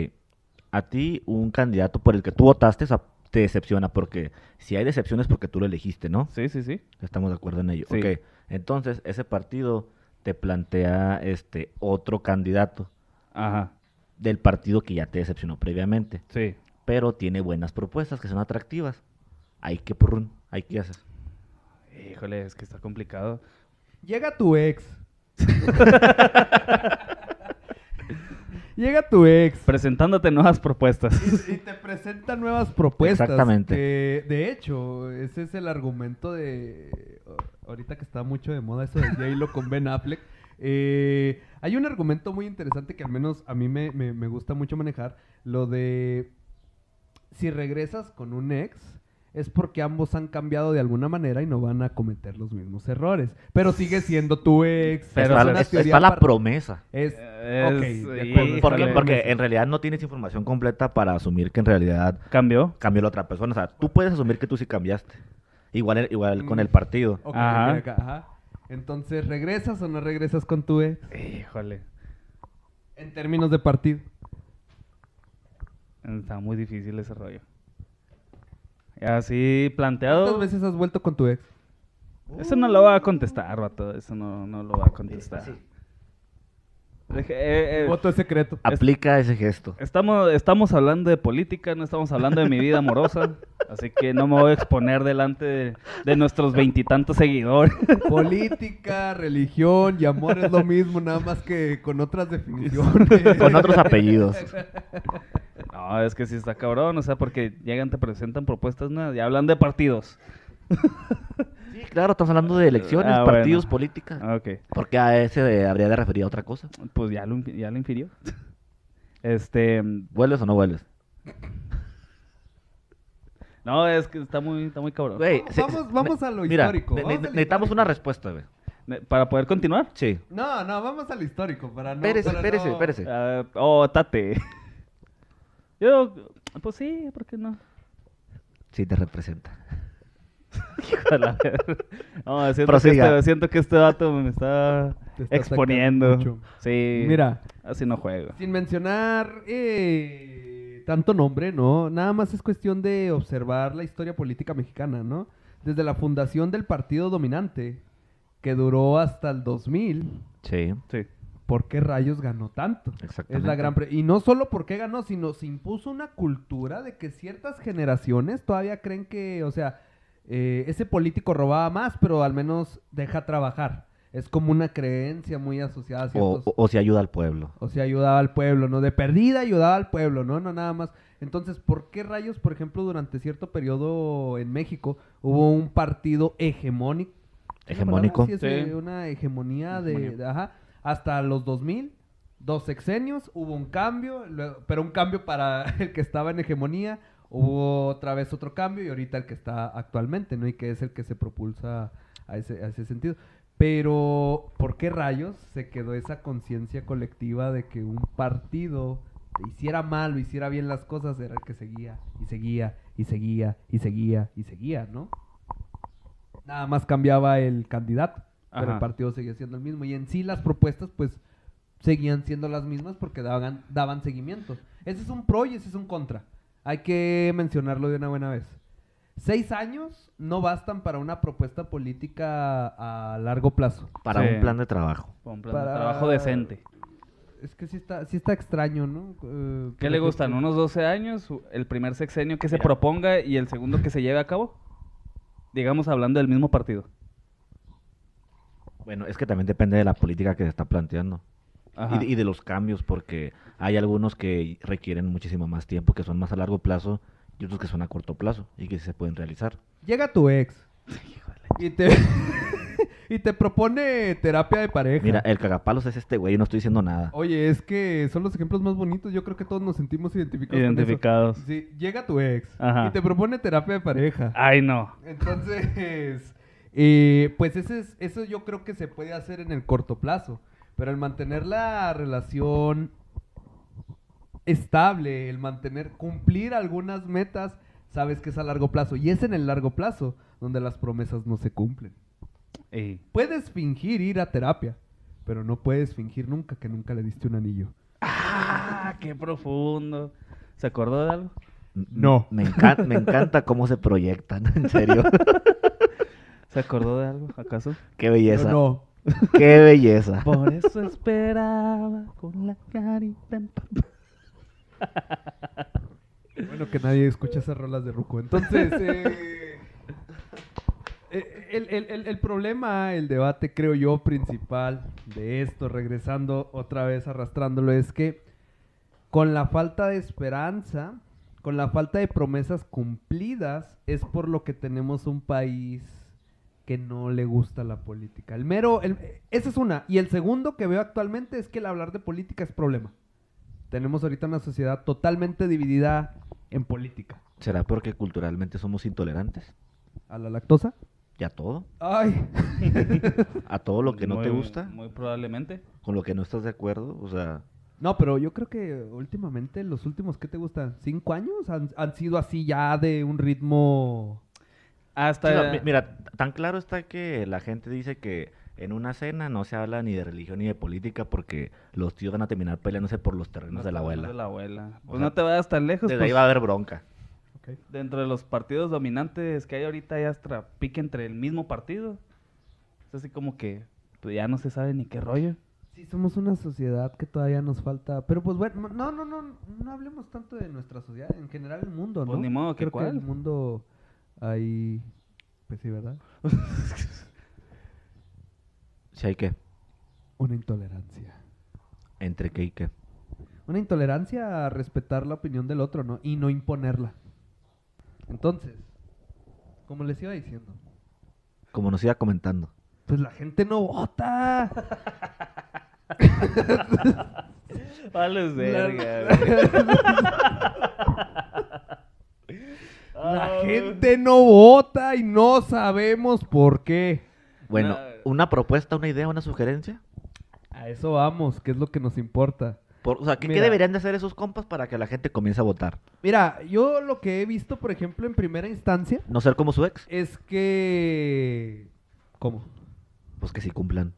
Speaker 1: a ti un candidato por el que tú votaste sa- te decepciona, porque si hay decepciones porque tú lo elegiste, ¿no?
Speaker 3: Sí, sí, sí.
Speaker 1: Estamos de acuerdo en ello.
Speaker 3: Sí.
Speaker 1: Ok, entonces ese partido te plantea este otro candidato
Speaker 3: Ajá.
Speaker 1: del partido que ya te decepcionó previamente,
Speaker 3: Sí.
Speaker 1: pero tiene buenas propuestas que son atractivas. Hay que purrún, hay que hacer.
Speaker 3: Híjole, es que está complicado.
Speaker 2: Llega tu ex. Llega tu ex.
Speaker 3: Presentándote nuevas
Speaker 1: [laughs]
Speaker 3: propuestas.
Speaker 2: Y, y te presenta nuevas propuestas.
Speaker 1: Exactamente.
Speaker 2: que, de hecho, ese es el argumento de. Ahorita que está mucho de moda eso de J-Lo con Ben Affleck. eh, hay un argumento muy interesante que al menos a mí me, me- me gusta mucho manejar. Lo de. Si regresas con un ex. Es porque ambos han cambiado de alguna manera y no van a cometer los mismos errores. Pero sigue siendo tu ex.
Speaker 3: Pero
Speaker 1: está,
Speaker 3: es una
Speaker 1: es-
Speaker 2: teoría
Speaker 1: está la
Speaker 2: par-
Speaker 1: promesa.
Speaker 2: Es,
Speaker 3: Es-
Speaker 2: ok, de
Speaker 3: y-
Speaker 2: acuerdo,
Speaker 3: Sí,
Speaker 1: ¿Por
Speaker 2: está
Speaker 1: qué?
Speaker 2: la
Speaker 3: sale-
Speaker 1: Porque
Speaker 2: promesa.
Speaker 1: en realidad no tienes información completa para asumir que en realidad
Speaker 3: ¿Cambió?
Speaker 1: cambió la otra persona. O sea, tú puedes asumir que tú sí cambiaste. Igual, igual con el
Speaker 2: Mm.
Speaker 1: partido.
Speaker 2: Ok,
Speaker 3: Ajá.
Speaker 2: ok, ok, ajá. Entonces, ¿regresas o no regresas con tu ex?
Speaker 3: Híjole.
Speaker 2: En términos de partido.
Speaker 3: Está muy difícil ese rollo. Así
Speaker 2: ¿Cuántas
Speaker 3: planteado.
Speaker 2: veces has vuelto con tu ex?
Speaker 3: Eso no lo va a contestar, vato. Eso no, no lo va a contestar. Deje- eh, eh,
Speaker 2: Voto
Speaker 1: [laughs]
Speaker 2: es secreto.
Speaker 1: Aplica ese gesto.
Speaker 3: Estamos, estamos hablando de política, no estamos hablando de mi vida amorosa. Así que no me voy a exponer delante de, de nuestros veintitantos seguidores. [laughs]
Speaker 2: Política, religión y amor es lo mismo, nada más que con otras definiciones.
Speaker 1: [laughs] Con otros apellidos.
Speaker 3: No, es que sí está cabrón, o sea, porque llegan, te presentan propuestas nuevas y hablan de partidos.
Speaker 1: Sí, claro, estamos hablando de elecciones,
Speaker 3: Ah, bueno.
Speaker 1: partidos, política.
Speaker 3: Ah, Ok,
Speaker 1: Porque a ese de- habría de referir a otra cosa.
Speaker 3: pues ya lo, infi- ya lo infirió. [laughs] Este,
Speaker 1: ¿Vuelves o no vuelves?
Speaker 3: no, es que está muy, está muy cabrón.
Speaker 1: Güey, se-
Speaker 2: Ah, Vamos-
Speaker 1: se-
Speaker 2: vamos a lo
Speaker 1: mira,
Speaker 2: histórico,
Speaker 1: ne-
Speaker 2: vamos
Speaker 1: ne-
Speaker 2: al
Speaker 1: necesitamos
Speaker 2: histórico.
Speaker 1: una respuesta, güey.
Speaker 3: Ne- Para poder continuar.
Speaker 1: Sí.
Speaker 2: No, no, vamos al histórico para no.
Speaker 1: Espérese,
Speaker 2: para
Speaker 1: espérese,
Speaker 2: no-
Speaker 1: espérese.
Speaker 3: Ah, oh, tate. [laughs] Yo, pues sí, ¿por qué no?
Speaker 1: Sí, te representa.
Speaker 3: [laughs] Hijo de la verga. No, siento que,
Speaker 1: Prosiga.
Speaker 3: este, siento que este vato me está,
Speaker 2: Te está
Speaker 3: exponiendo.
Speaker 2: atacando mucho.
Speaker 3: Sí.
Speaker 2: Mira.
Speaker 3: Así no juego.
Speaker 2: Sin mencionar eh, tanto nombre, ¿no? Nada más es cuestión de observar la historia política mexicana, ¿no? Desde la fundación del partido dominante, que duró hasta el 2000,
Speaker 1: Sí.
Speaker 3: Sí.
Speaker 2: ¿por qué rayos ganó tanto? Es la
Speaker 1: Exactamente.
Speaker 2: gran pre- y no solo por qué ganó, sino se impuso una cultura de que ciertas generaciones todavía creen que, o sea, eh, ese político robaba más, pero al menos deja trabajar. Es como una creencia muy asociada a
Speaker 1: O,
Speaker 2: ciertos...
Speaker 1: o- o si ayuda al pueblo.
Speaker 2: O sea, ayudaba al pueblo, ¿no? De perdida ayudaba al pueblo, ¿no? No, nada más. Entonces, ¿por qué rayos, por ejemplo, durante cierto periodo en México hubo un partido hegemónico?
Speaker 1: Hegemónico.
Speaker 2: Sí, es,
Speaker 3: Sí.
Speaker 2: eh, una hegemonía de,
Speaker 3: Hegemonía.
Speaker 2: de- Ajá. Hasta los 2000, dos sexenios, hubo un cambio, luego- pero un cambio para [laughs] el que estaba en hegemonía, hubo otra vez otro cambio y ahorita el que está actualmente, ¿no? Y que es el que se propulsa a ese, a ese sentido. Pero, ¿por qué rayos se quedó esa conciencia colectiva de que un partido hiciera mal o hiciera bien las cosas era el que seguía y seguía y seguía y seguía y seguía, ¿no? Nada más cambiaba el candidato, pero el
Speaker 3: Ajá.
Speaker 2: partido seguía siendo el mismo. Y en sí las propuestas, pues, seguían siendo las mismas porque daban, daban seguimiento. Ese es un pro y ese es un contra. Hay que mencionarlo de una buena vez. Seis años no bastan para una propuesta política a largo plazo.
Speaker 1: Para
Speaker 3: Sí.
Speaker 1: un plan de trabajo.
Speaker 3: Un plan de
Speaker 2: Para-
Speaker 3: trabajo decente.
Speaker 2: Es que sí está, sí está extraño, ¿no? Eh,
Speaker 3: ¿Qué
Speaker 2: por
Speaker 3: le gustan?
Speaker 2: ejemplo,
Speaker 3: ¿Unos 12 años? ¿El primer sexenio que se
Speaker 1: Mira.
Speaker 3: proponga y el segundo que se lleve a cabo? Digamos hablando del mismo partido.
Speaker 1: Bueno, es que también depende de la política que se está planteando.
Speaker 3: Ajá.
Speaker 1: Y de, y de los cambios, porque hay algunos que requieren muchísimo más tiempo, que son más a largo plazo, y otros que son a corto plazo y que sí se pueden realizar.
Speaker 2: Llega tu
Speaker 3: [laughs]
Speaker 2: ex y te, [laughs] y te propone terapia de pareja.
Speaker 1: Mira, el cagapalos es este güey, yo no estoy diciendo nada.
Speaker 2: Oye, es que son los ejemplos más bonitos. Yo creo que todos nos sentimos identificados. con eso.
Speaker 3: Identificados.
Speaker 2: Sí, llega tu ex
Speaker 3: Ajá.
Speaker 2: y te propone terapia de pareja.
Speaker 3: Ay, no.
Speaker 2: [laughs] Entonces, eh, pues ese es, eso yo creo que se puede hacer en el corto plazo. Pero el mantener la relación estable, el mantener, cumplir algunas metas, sabes que es a largo plazo. Y es en el largo plazo donde las promesas no se cumplen.
Speaker 3: Ey.
Speaker 2: Puedes fingir ir a terapia, pero no puedes fingir nunca que nunca le diste un anillo.
Speaker 3: Ah, qué profundo. ¿Se acordó de algo?
Speaker 2: No.
Speaker 1: Me, encan- me encanta cómo se proyectan, en serio. [laughs]
Speaker 3: ¿Se acordó de algo, acaso?
Speaker 1: Qué
Speaker 2: Yo
Speaker 1: belleza.
Speaker 2: no.
Speaker 1: Qué belleza.
Speaker 3: Por eso esperaba con la carita en pa-
Speaker 2: Bueno, que nadie escucha esas rolas de Ruco. Entonces, eh, [laughs] eh, el, el- el- el problema, el debate, creo yo, principal de esto, regresando otra vez, arrastrándolo, es que con la falta de esperanza, con la falta de promesas cumplidas, es por lo que tenemos un país que no le gusta la política. El mero, el- esa es una. Y el segundo que veo actualmente es que el hablar de política es problema. Tenemos ahorita una sociedad totalmente dividida en política.
Speaker 1: ¿Será porque culturalmente somos intolerantes?
Speaker 2: ¿A la lactosa?
Speaker 1: ¿Y a todo?
Speaker 2: Ay.
Speaker 1: ¿A todo lo que no
Speaker 3: Muy-
Speaker 1: te gusta?
Speaker 3: Muy probablemente.
Speaker 1: ¿Con lo que no estás de acuerdo? O sea,
Speaker 2: [laughs] No, pero yo creo que últimamente los últimos, ¿qué te gustan? ¿Cinco años? Han, han sido así ya de un ritmo...
Speaker 3: Hasta.
Speaker 1: mira, [laughs] mi- mira, tan claro está que la gente dice que en una cena no se habla ni de religión ni de política porque los tíos van a terminar peleándose por los terrenos de la abuela.
Speaker 3: De la abuela. Pues
Speaker 1: sea,
Speaker 3: no te vayas tan lejos.
Speaker 1: Desde
Speaker 3: pues,
Speaker 1: ahí va a haber bronca.
Speaker 3: Dentro de los partidos dominantes que hay ahorita, ya hasta pique entre el mismo partido. Es así como que pues, ya no se sabe ni qué rollo.
Speaker 2: Sí, somos una sociedad que todavía nos falta... Pero pues bueno, no, no, no, no hablemos tanto de nuestra sociedad, en general el mundo, ¿no?
Speaker 3: Pues ni modo que
Speaker 2: creo
Speaker 3: cuál.
Speaker 2: que el mundo ahí... Pues sí, ¿verdad?
Speaker 1: Si hay que,
Speaker 2: Una intolerancia.
Speaker 1: entre qué y qué.
Speaker 2: una intolerancia a respetar la opinión del otro, ¿no? Y no imponerla. Entonces, como les iba diciendo,
Speaker 1: Como nos iba comentando.
Speaker 2: pues la gente no vota.
Speaker 3: Vales verga. güey. [laughs]
Speaker 2: La
Speaker 3: Ah,
Speaker 2: gente no vota y no sabemos por qué.
Speaker 1: Bueno,
Speaker 3: Nah.
Speaker 1: una propuesta, una idea, una sugerencia.
Speaker 2: A eso vamos, que es lo que nos importa.
Speaker 1: Por- o sea, ¿qué, qué
Speaker 2: Mira.
Speaker 1: deberían de hacer esos compas para que la gente comience a votar?
Speaker 2: Mira, yo lo que he visto, por ejemplo, en primera instancia,
Speaker 1: ¿No ser como su ex?
Speaker 2: es que... ¿Cómo?
Speaker 1: Pues que sí cumplan.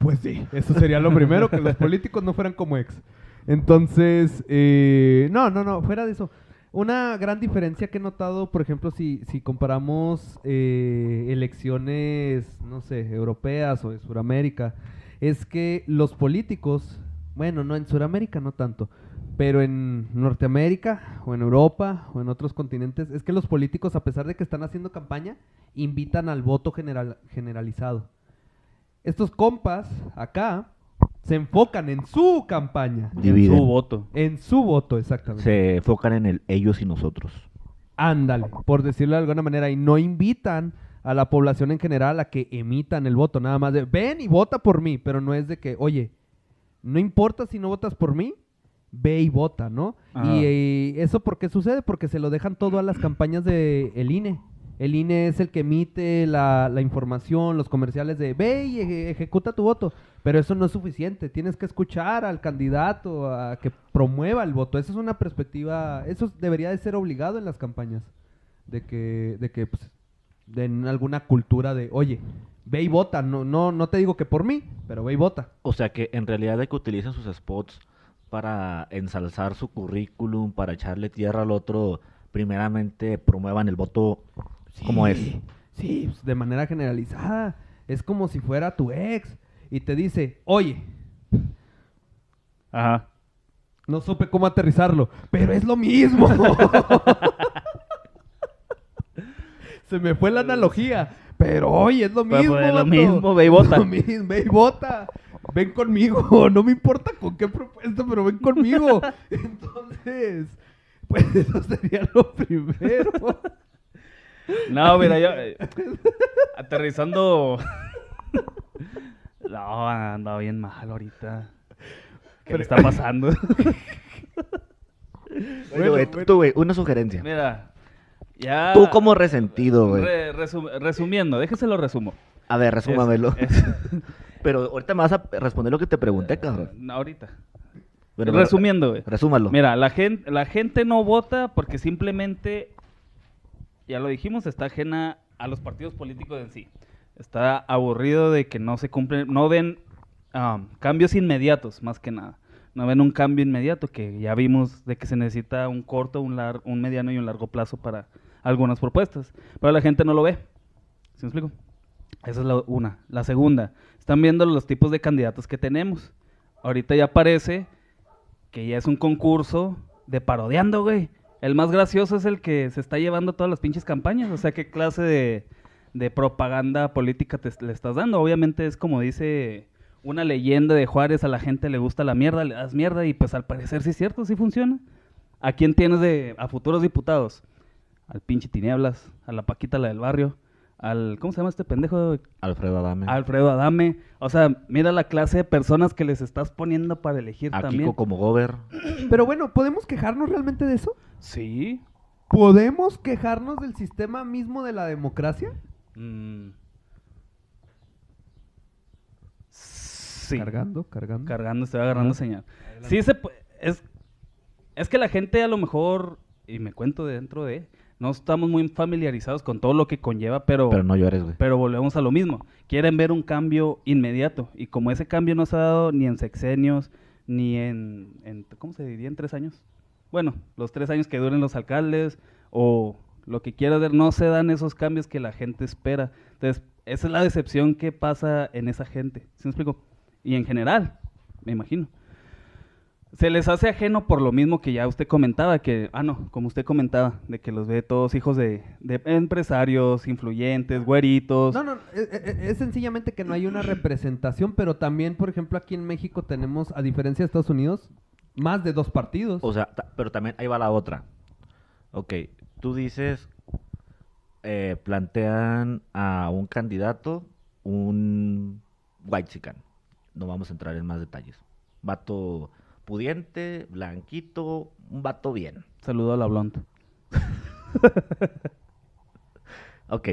Speaker 2: Pues sí, eso sería lo primero, que los políticos no fueran como ex. Entonces, eh, no, no, no, fuera de eso. Una gran diferencia que he notado, por ejemplo, si, si comparamos eh, elecciones, no sé, europeas o de Sudamérica, es que los políticos, bueno, no, en Sudamérica no tanto, pero en Norteamérica o en Europa o en otros continentes, es que los políticos, a pesar de que están haciendo campaña, invitan al voto general, generalizado estos compas acá se enfocan en su campaña,
Speaker 1: Dividen.
Speaker 3: Su voto.
Speaker 2: en su voto exactamente.
Speaker 1: Se enfocan en el ellos y nosotros.
Speaker 2: Ándale, por decirlo de alguna manera, y no invitan a la población en general a que emitan el voto, nada más de ven y vota por mí, pero no es de que, oye, no importa si no votas por mí, ve y vota, ¿no?
Speaker 3: Ajá.
Speaker 2: Y, eh, eso por qué sucede, porque se lo dejan todo a las campañas de el INE. El INE es el que emite la, la información, los comerciales de ve y eje- ejecuta tu voto. Pero eso no es suficiente. Tienes que escuchar al candidato a que promueva el voto. Esa es una perspectiva. Eso debería de ser obligado en las campañas. De que, de que pues, den alguna cultura de, oye, ve y vota. No, no, no te digo que por mí, pero ve y vota.
Speaker 1: O sea que en realidad hay que utilizan sus spots para ensalzar su currículum, para echarle tierra al otro, primeramente promuevan el voto como es.
Speaker 2: Sí, pues, de manera generalizada. Es como si fuera tu ex y te dice, oye,
Speaker 3: Ajá.
Speaker 2: no supe cómo aterrizarlo, pero es lo mismo. [laughs] Se me fue la analogía, pero oye, es lo
Speaker 3: Pero,
Speaker 2: mismo.
Speaker 3: pues, es lo
Speaker 2: vato.
Speaker 3: mismo,
Speaker 2: [laughs]
Speaker 3: ve y vota.
Speaker 2: Lo mismo, ve y vota. Ven conmigo, [laughs] no me importa con qué propuesta, pero ven conmigo. [laughs] Entonces, pues [laughs] eso sería lo
Speaker 3: [laughs]
Speaker 2: primero.
Speaker 3: No, mira, yo. eh, aterrizando. [laughs] no, anda bien mal ahorita. ¿Qué le está
Speaker 1: [laughs]
Speaker 3: pasando?
Speaker 1: Oye, güey, eh, tú- tú, güey, una sugerencia.
Speaker 3: mira. Ya.
Speaker 1: Tú como resentido, güey.
Speaker 3: Re- resu- resumiendo, déjese lo resumo.
Speaker 1: [laughs] A ver, resúmamelo.
Speaker 3: Es- es-
Speaker 1: Pero ahorita me vas a responder lo que te pregunté, cabrón.
Speaker 3: No, Ahorita.
Speaker 1: Bueno,
Speaker 3: Resumiendo, güey.
Speaker 1: Resúmalo.
Speaker 3: Mira, la gente, la gente no vota porque simplemente, ya lo dijimos, está ajena a los partidos políticos en sí. Está aburrido de que no se cumplen, no ven am, cambios inmediatos, más que nada. No ven un cambio inmediato, que ya vimos de que se necesita un corto, un, lar- un mediano y un largo plazo para algunas propuestas. Pero la gente no lo ve. ¿Sí me explico? Esa es la una. La segunda, están viendo los tipos de candidatos que tenemos. Ahorita ya parece que ya es un concurso de parodiando, güey. El más gracioso es el que se está llevando todas las pinches campañas. O sea, ¿qué clase de, de propaganda política te, le estás dando? Obviamente es como dice una leyenda de Juárez, a la gente le gusta la mierda, le das mierda y pues al parecer sí es cierto, sí funciona. ¿A quién tienes de, a futuros diputados? Al pinche Tinieblas, a la Paquita, la del barrio, al... ¿Cómo se llama este pendejo?
Speaker 1: Alfredo Adame.
Speaker 3: Alfredo Adame. O sea, mira la clase de personas que les estás poniendo para elegir
Speaker 1: a
Speaker 3: también.
Speaker 1: Kiko como gober.
Speaker 2: Pero bueno, ¿podemos quejarnos realmente de eso?
Speaker 3: Sí.
Speaker 2: ¿Podemos quejarnos del sistema mismo de la democracia?
Speaker 3: Mm. Sí.
Speaker 2: Cargando, cargando.
Speaker 3: Cargando, estoy agarrando señal. Sí, se pu- es, es que la gente a lo mejor, y me cuento dentro de, no estamos muy familiarizados con todo lo que conlleva, pero,
Speaker 1: Pero no llores, güey.
Speaker 3: pero volvemos a lo mismo. Quieren ver un cambio inmediato. Y como ese cambio no se ha dado ni en sexenios, ni en, en- ¿cómo se diría? En tres años. Bueno, los tres años que duren los alcaldes o lo que quieras ver, no se dan esos cambios que la gente espera. Entonces, esa es la decepción que pasa en esa gente. ¿Sí me explico? Y en general, me imagino. Se les hace ajeno por lo mismo que ya usted comentaba, que, ah, no, como usted comentaba, de que los ve todos hijos de, de empresarios, influyentes, güeritos.
Speaker 2: No, no, eh, eh, eh, es, sencillamente que no hay una representación, pero también, por ejemplo, aquí en México tenemos, a diferencia de Estados Unidos, más de dos partidos.
Speaker 1: O sea, ta- pero también ahí va la otra. Ok, tú dices, eh, plantean a un candidato, un white chican. No vamos a entrar en más detalles. Vato pudiente, blanquito, un vato bien.
Speaker 3: Saludo a la blonda.
Speaker 1: Ok.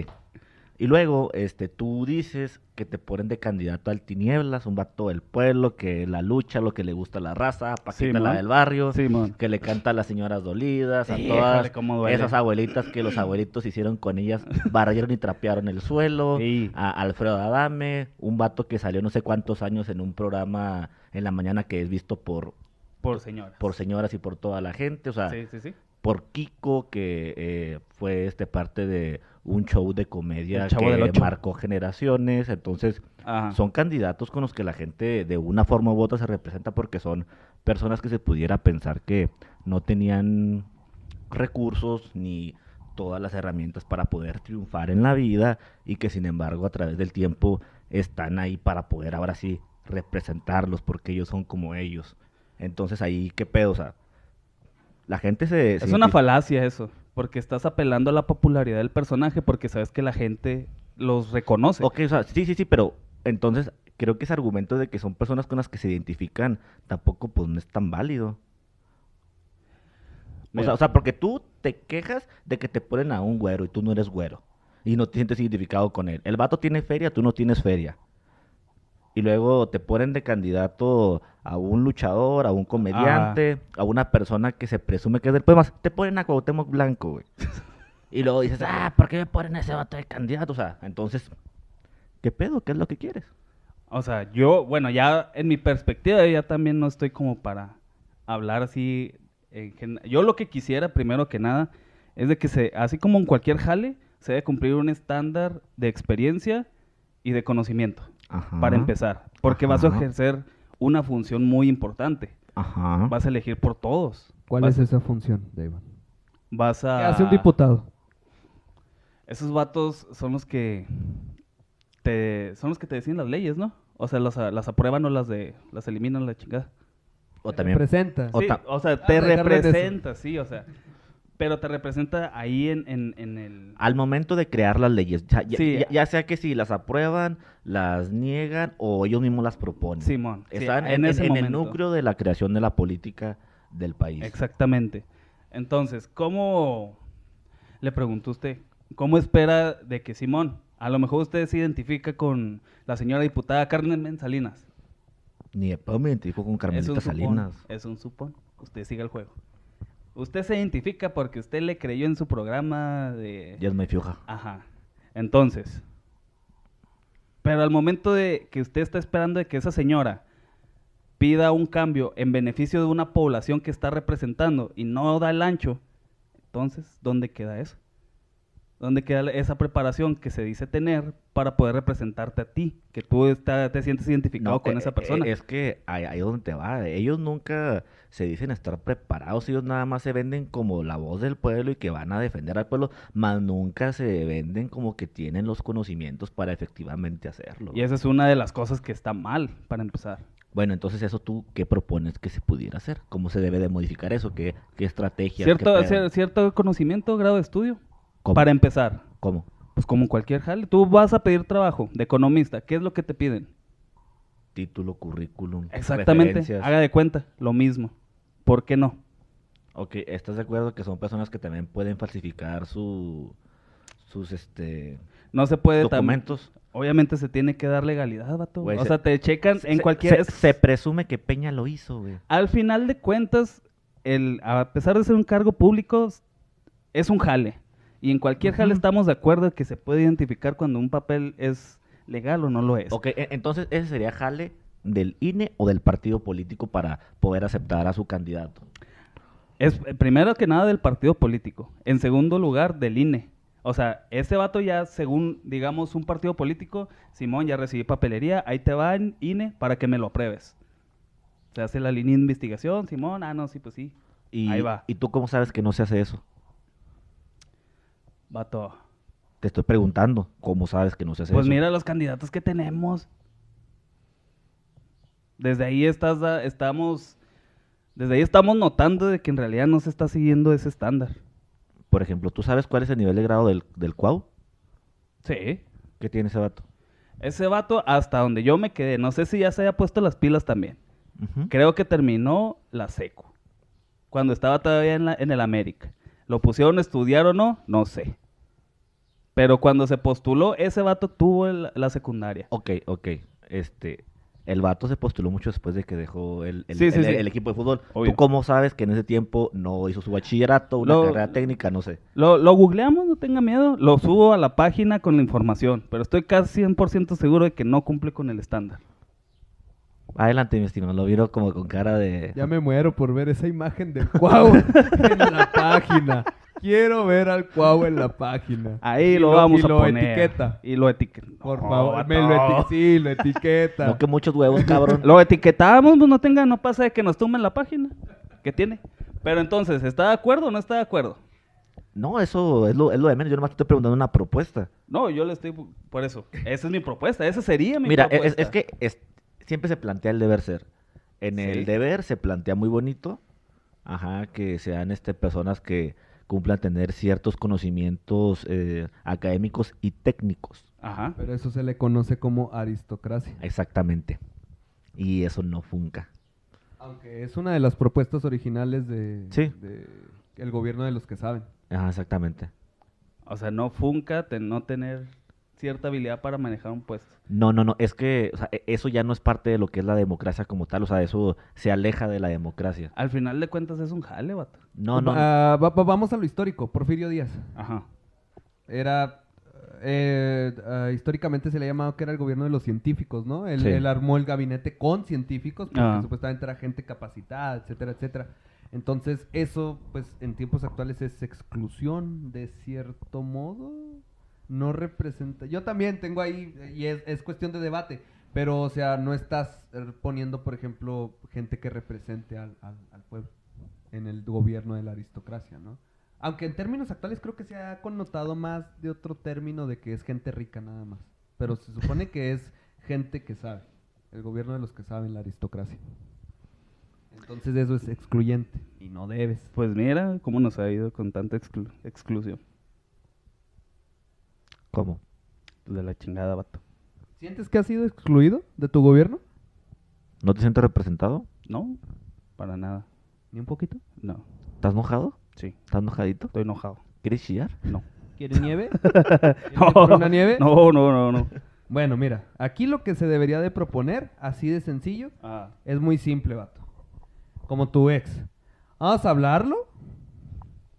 Speaker 1: Y luego, este, tú dices que te ponen de candidato al Tinieblas, un vato del pueblo, que la lucha, lo que le gusta a la raza, Paquita la
Speaker 3: Simón.
Speaker 1: del barrio,
Speaker 3: Simón.
Speaker 1: que le canta a las señoras dolidas, a
Speaker 3: Híjole,
Speaker 1: todas
Speaker 3: cómo duele.
Speaker 1: esas abuelitas que los abuelitos hicieron con ellas, barrieron y trapearon el suelo,
Speaker 3: Sí.
Speaker 1: a Alfredo Adame, un vato que salió no sé cuántos años en un programa en la mañana que es visto por,
Speaker 3: Por señora.
Speaker 1: por señoras y por toda la gente, o sea,
Speaker 3: Sí, sí, sí.
Speaker 1: por Kiko, que eh, fue este parte de un show de comedia
Speaker 3: El Chavo del
Speaker 1: que
Speaker 3: Ocho.
Speaker 1: marcó generaciones. Entonces,
Speaker 3: Ajá.
Speaker 1: son candidatos con los que la gente de una forma u otra se representa porque son personas que se pudiera pensar que no tenían recursos ni todas las herramientas para poder triunfar en la vida y que sin embargo a través del tiempo están ahí para poder ahora sí representarlos porque ellos son como ellos. Entonces ahí qué pedo, o sea, la gente se...
Speaker 3: Es
Speaker 1: se
Speaker 3: una
Speaker 1: identifica-
Speaker 3: falacia eso, porque estás apelando a la popularidad del personaje porque sabes que la gente los reconoce.
Speaker 1: Ok, o sea, sí, sí, sí, pero entonces creo que ese argumento de que son personas con las que se identifican tampoco pues no es tan válido. O
Speaker 3: Mira.
Speaker 1: sea, o sea, porque tú te quejas de que te ponen a un güero y tú no eres güero. Y no te sientes identificado con él. El vato tiene feria, tú no tienes feria. Y luego te ponen de candidato a un luchador, a un comediante, a una persona que se presume que es del pueblo. Más, Te ponen a Cuauhtémoc Blanco, güey. [laughs] Y luego dices, ah, ¿por qué me ponen a ese vato de candidato? O sea, entonces, ¿qué pedo? ¿Qué es lo que quieres?
Speaker 3: O sea, yo, bueno, ya en mi perspectiva, ya también no estoy como para hablar así. en gen- yo lo que quisiera, primero que nada, es de que se, así como en cualquier jale, se debe cumplir un estándar de experiencia y de conocimiento,
Speaker 1: Ajá.
Speaker 3: para empezar. Porque vas a
Speaker 1: Ah, Ajá.
Speaker 3: ejercer una función muy importante.
Speaker 1: Ajá.
Speaker 3: Vas a elegir por todos.
Speaker 2: ¿Cuál
Speaker 3: vas,
Speaker 2: es esa función, David?
Speaker 3: Vas
Speaker 1: Ah,
Speaker 2: ¿Qué
Speaker 3: a...
Speaker 2: hace un diputado?
Speaker 3: Esos vatos son los que te son los que te deciden las leyes, ¿no? O sea, las, a- las aprueban o las de las eliminan la chingada.
Speaker 1: O también.
Speaker 2: Presenta.
Speaker 1: O
Speaker 3: Sí,
Speaker 1: ta-
Speaker 3: o sea,
Speaker 2: Ah,
Speaker 3: te
Speaker 2: de Carlos de
Speaker 3: representa, sí, o sea, pero te representa ahí en, en, en el
Speaker 1: Al momento de crear las leyes, ya, ya-
Speaker 3: Sí.
Speaker 1: ya- ya sea que si las aprueban, las niegan o ellos mismos las proponen.
Speaker 3: Simón, sí,
Speaker 1: Están en,
Speaker 3: en ese
Speaker 1: en- en el
Speaker 3: momento.
Speaker 1: núcleo de la creación de la política del país.
Speaker 3: Exactamente. Entonces, ¿cómo le preguntó usted cómo espera de que Simón A lo mejor usted se identifica con la señora diputada Carmen Salinas.
Speaker 1: Ni de pedo me identifico con Carmelita
Speaker 3: es un
Speaker 1: Salinas.
Speaker 3: Supón, es un supón. Usted sigue el juego. Usted se identifica porque usted le creyó en su programa de...
Speaker 1: Ya es muy fioja.
Speaker 3: Ajá. Entonces. Pero al momento de que usted está esperando de que esa señora pida un cambio en beneficio de una población que está representando y no da el ancho, entonces, ¿dónde queda eso? ¿Dónde queda la- esa preparación que se dice tener para poder representarte a ti? Que tú está- te sientes identificado con
Speaker 1: eh,
Speaker 3: esa
Speaker 1: eh,
Speaker 3: persona.
Speaker 1: Es que ahí, ahí es donde te va. Ellos nunca se dicen estar preparados, ellos nada más se venden como la voz del pueblo y que van a defender al pueblo, más nunca se venden como que tienen los conocimientos para efectivamente hacerlo.
Speaker 3: Y esa es una de las cosas que está mal, para empezar.
Speaker 1: Bueno, entonces eso tú, ¿qué propones que se pudiera hacer? ¿Cómo se debe de modificar eso? ¿Qué, qué estrategias? qué
Speaker 3: Cierto,
Speaker 1: pedo?
Speaker 3: cier- cierto conocimiento, grado de estudio.
Speaker 1: ¿Cómo?
Speaker 3: Para em empezar,
Speaker 1: ¿Cómo?
Speaker 3: Pues como en cualquier jale. Tú vas a pedir trabajo de economista. ¿Qué es lo que te piden?
Speaker 1: Título, currículum,
Speaker 3: Exactamente.
Speaker 1: referencias.
Speaker 3: Haga de cuenta. Lo mismo. ¿Por qué no?
Speaker 1: Ok, ¿estás de acuerdo que son personas que también pueden falsificar su, sus este,
Speaker 3: No se puede tam-
Speaker 1: documentos?
Speaker 3: Obviamente se tiene que dar legalidad, vato.
Speaker 1: Güey,
Speaker 3: o
Speaker 1: se-
Speaker 3: sea, te checan en
Speaker 1: Se-
Speaker 3: cualquier...
Speaker 1: se, se presume que Peña lo hizo, güey.
Speaker 3: Al final de cuentas, el, a pesar de ser un cargo público, es un jale. Y en cualquier jale
Speaker 1: Ujú.
Speaker 3: estamos de acuerdo que se puede identificar cuando un papel es legal o no lo es.
Speaker 1: Ok, e- entonces ese sería jale del INE o del partido político para poder aceptar a su candidato.
Speaker 3: Es eh, primero que nada del partido político. En segundo lugar, del INE. O sea, ese vato ya, según, digamos, un partido político, Simón, ya recibí papelería, ahí te va en INE para que me lo apruebes. Se hace la línea de investigación, Simón, ah, no, sí, pues sí.
Speaker 1: Y,
Speaker 3: Ahí va.
Speaker 1: ¿Y tú cómo sabes que no se hace eso?
Speaker 3: Vato.
Speaker 1: Te estoy preguntando, ¿cómo sabes que no se hace
Speaker 3: Pues
Speaker 1: eso?
Speaker 3: mira los candidatos que tenemos. Desde ahí estás, da- estamos, desde ahí estamos notando de que en realidad no se está siguiendo ese estándar.
Speaker 1: Por ejemplo, ¿tú sabes cuál es el nivel de grado del, del cuau?
Speaker 3: Sí.
Speaker 1: ¿Qué tiene ese vato?
Speaker 3: Ese vato, hasta donde yo me quedé, no sé si ya se haya puesto las pilas también.
Speaker 1: Ujú.
Speaker 3: Creo que terminó la seco. Cuando estaba todavía en, la- en el América. ¿Lo pusieron a estudiar o no? No sé. Pero cuando se postuló, ese vato tuvo el- la secundaria.
Speaker 1: Ok, ok. Este, el vato se postuló mucho después de que dejó el, el-
Speaker 3: Sí, sí,
Speaker 1: el-
Speaker 3: sí.
Speaker 1: el equipo de fútbol.
Speaker 3: Obvio.
Speaker 1: ¿Tú cómo sabes que en ese tiempo no hizo su bachillerato, una
Speaker 3: Lo-
Speaker 1: carrera técnica? No sé.
Speaker 3: Lo, lo googleamos, no tenga miedo. Lo subo a la página con la información. Pero estoy casi 100% seguro de que no cumple con el estándar.
Speaker 1: Adelante, mi estimado. Lo vieron como con cara de...
Speaker 2: Ya me muero por ver esa imagen del Cuau en la página. Quiero ver al Cuau en la página.
Speaker 1: Ah,
Speaker 3: Ahí
Speaker 2: Y
Speaker 3: lo, vamos
Speaker 2: y
Speaker 3: a
Speaker 2: lo
Speaker 3: poner.
Speaker 2: etiqueta.
Speaker 3: Y lo etiqueta.
Speaker 2: Por favor, me lo eti- sí, lo etiqueta.
Speaker 1: No que muchos
Speaker 3: [laughs]
Speaker 1: huevos, cabrón.
Speaker 3: Lo etiquetamos, pues no tenga, no pasa de que nos tumben la página que tiene. Pero entonces, ¿está de acuerdo o no está de acuerdo?
Speaker 1: No, eso es lo, es lo de menos. Yo nomás te estoy preguntando una propuesta.
Speaker 3: No, yo le estoy por eso. Esa es mi propuesta, esa sería mi
Speaker 1: Mira, e-, es,
Speaker 3: propuesta.
Speaker 1: es que es- siempre se plantea el deber ser. En
Speaker 3: Sí.
Speaker 1: el deber se plantea muy bonito, ajá, que sean este, personas que cumplan tener ciertos conocimientos eh, académicos y técnicos.
Speaker 3: Ajá.
Speaker 2: Pero eso se le conoce como aristocracia.
Speaker 1: Exactamente. Y eso no funca.
Speaker 2: Aunque es una de las propuestas originales de,
Speaker 1: Sí.
Speaker 2: de el gobierno de los que saben.
Speaker 1: Ajá, exactamente.
Speaker 3: O sea, no funca te- no tener cierta habilidad para manejar un puesto.
Speaker 1: No, no, no, es que o sea, e- eso ya no es parte de lo que es la democracia como tal, o sea, eso se aleja de la democracia.
Speaker 3: Al final de cuentas es un jale, vato.
Speaker 1: No, no,
Speaker 2: Ah, va- va- vamos a lo histórico. Porfirio Díaz.
Speaker 3: Ajá.
Speaker 2: Era. eh, ah, históricamente se le ha llamado que era el gobierno de los científicos, ¿no? Él,
Speaker 1: Sí.
Speaker 2: él armó el gabinete con científicos, porque
Speaker 3: Ah.
Speaker 2: supuestamente era gente capacitada, etcétera, etcétera. Entonces, eso, pues, en tiempos actuales es exclusión, de cierto modo. No representa. Yo también tengo ahí, eh, y es, es cuestión de debate, pero, o sea, no estás eh, poniendo, por ejemplo, gente que represente al, al- al pueblo en el gobierno de la aristocracia, ¿no? Aunque en términos actuales creo que se ha connotado más de otro término de que es gente rica nada más. Pero se supone que es gente que sabe. El gobierno de los que saben, la aristocracia. Entonces eso es excluyente. Y no debes.
Speaker 3: Pues mira cómo nos ha ido con tanta exclu- exclusión.
Speaker 1: ¿cómo?
Speaker 3: Pues De la chingada, vato.
Speaker 2: ¿Sientes que has sido excluido de tu gobierno?
Speaker 1: ¿No te sientes representado?
Speaker 3: No, para nada.
Speaker 2: Ni un poquito.
Speaker 3: No,
Speaker 1: ¿Estás mojado?
Speaker 3: sí,
Speaker 1: ¿Estás mojadito?
Speaker 3: estoy enojado. [laughs]
Speaker 1: ¿Quieres chillar?
Speaker 3: No.
Speaker 4: ¿Quiere nieve?
Speaker 2: que poner una nieve?
Speaker 3: No, no, no, no.
Speaker 2: Bueno, mira, aquí lo que se debería de proponer, así de sencillo,
Speaker 3: Ah,
Speaker 2: es muy simple, vato. Como tu ex. Vamos a hablarlo.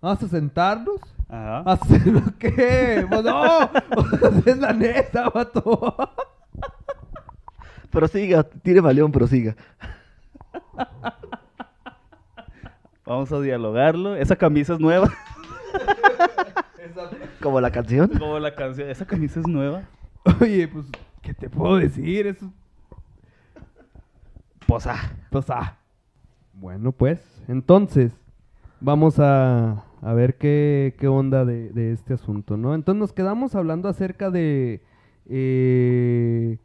Speaker 2: Vamos a sentarnos.
Speaker 3: ajá.
Speaker 2: ¿A hacer lo que? Pues no, pues, es la neta, vato.
Speaker 1: Prosiga, tire maleón, prosiga.
Speaker 3: Vamos a dialogarlo. Esa camisa es nueva.
Speaker 1: Como la canción.
Speaker 3: [laughs] Como la canción. Esa camisa es nueva.
Speaker 2: Oye, pues, ¿qué te puedo decir? Eso
Speaker 3: Posa.
Speaker 2: Pues, ah. Bueno, pues, entonces, vamos a, a ver qué, qué onda de, de este asunto, ¿no? Entonces nos quedamos hablando acerca de... eh,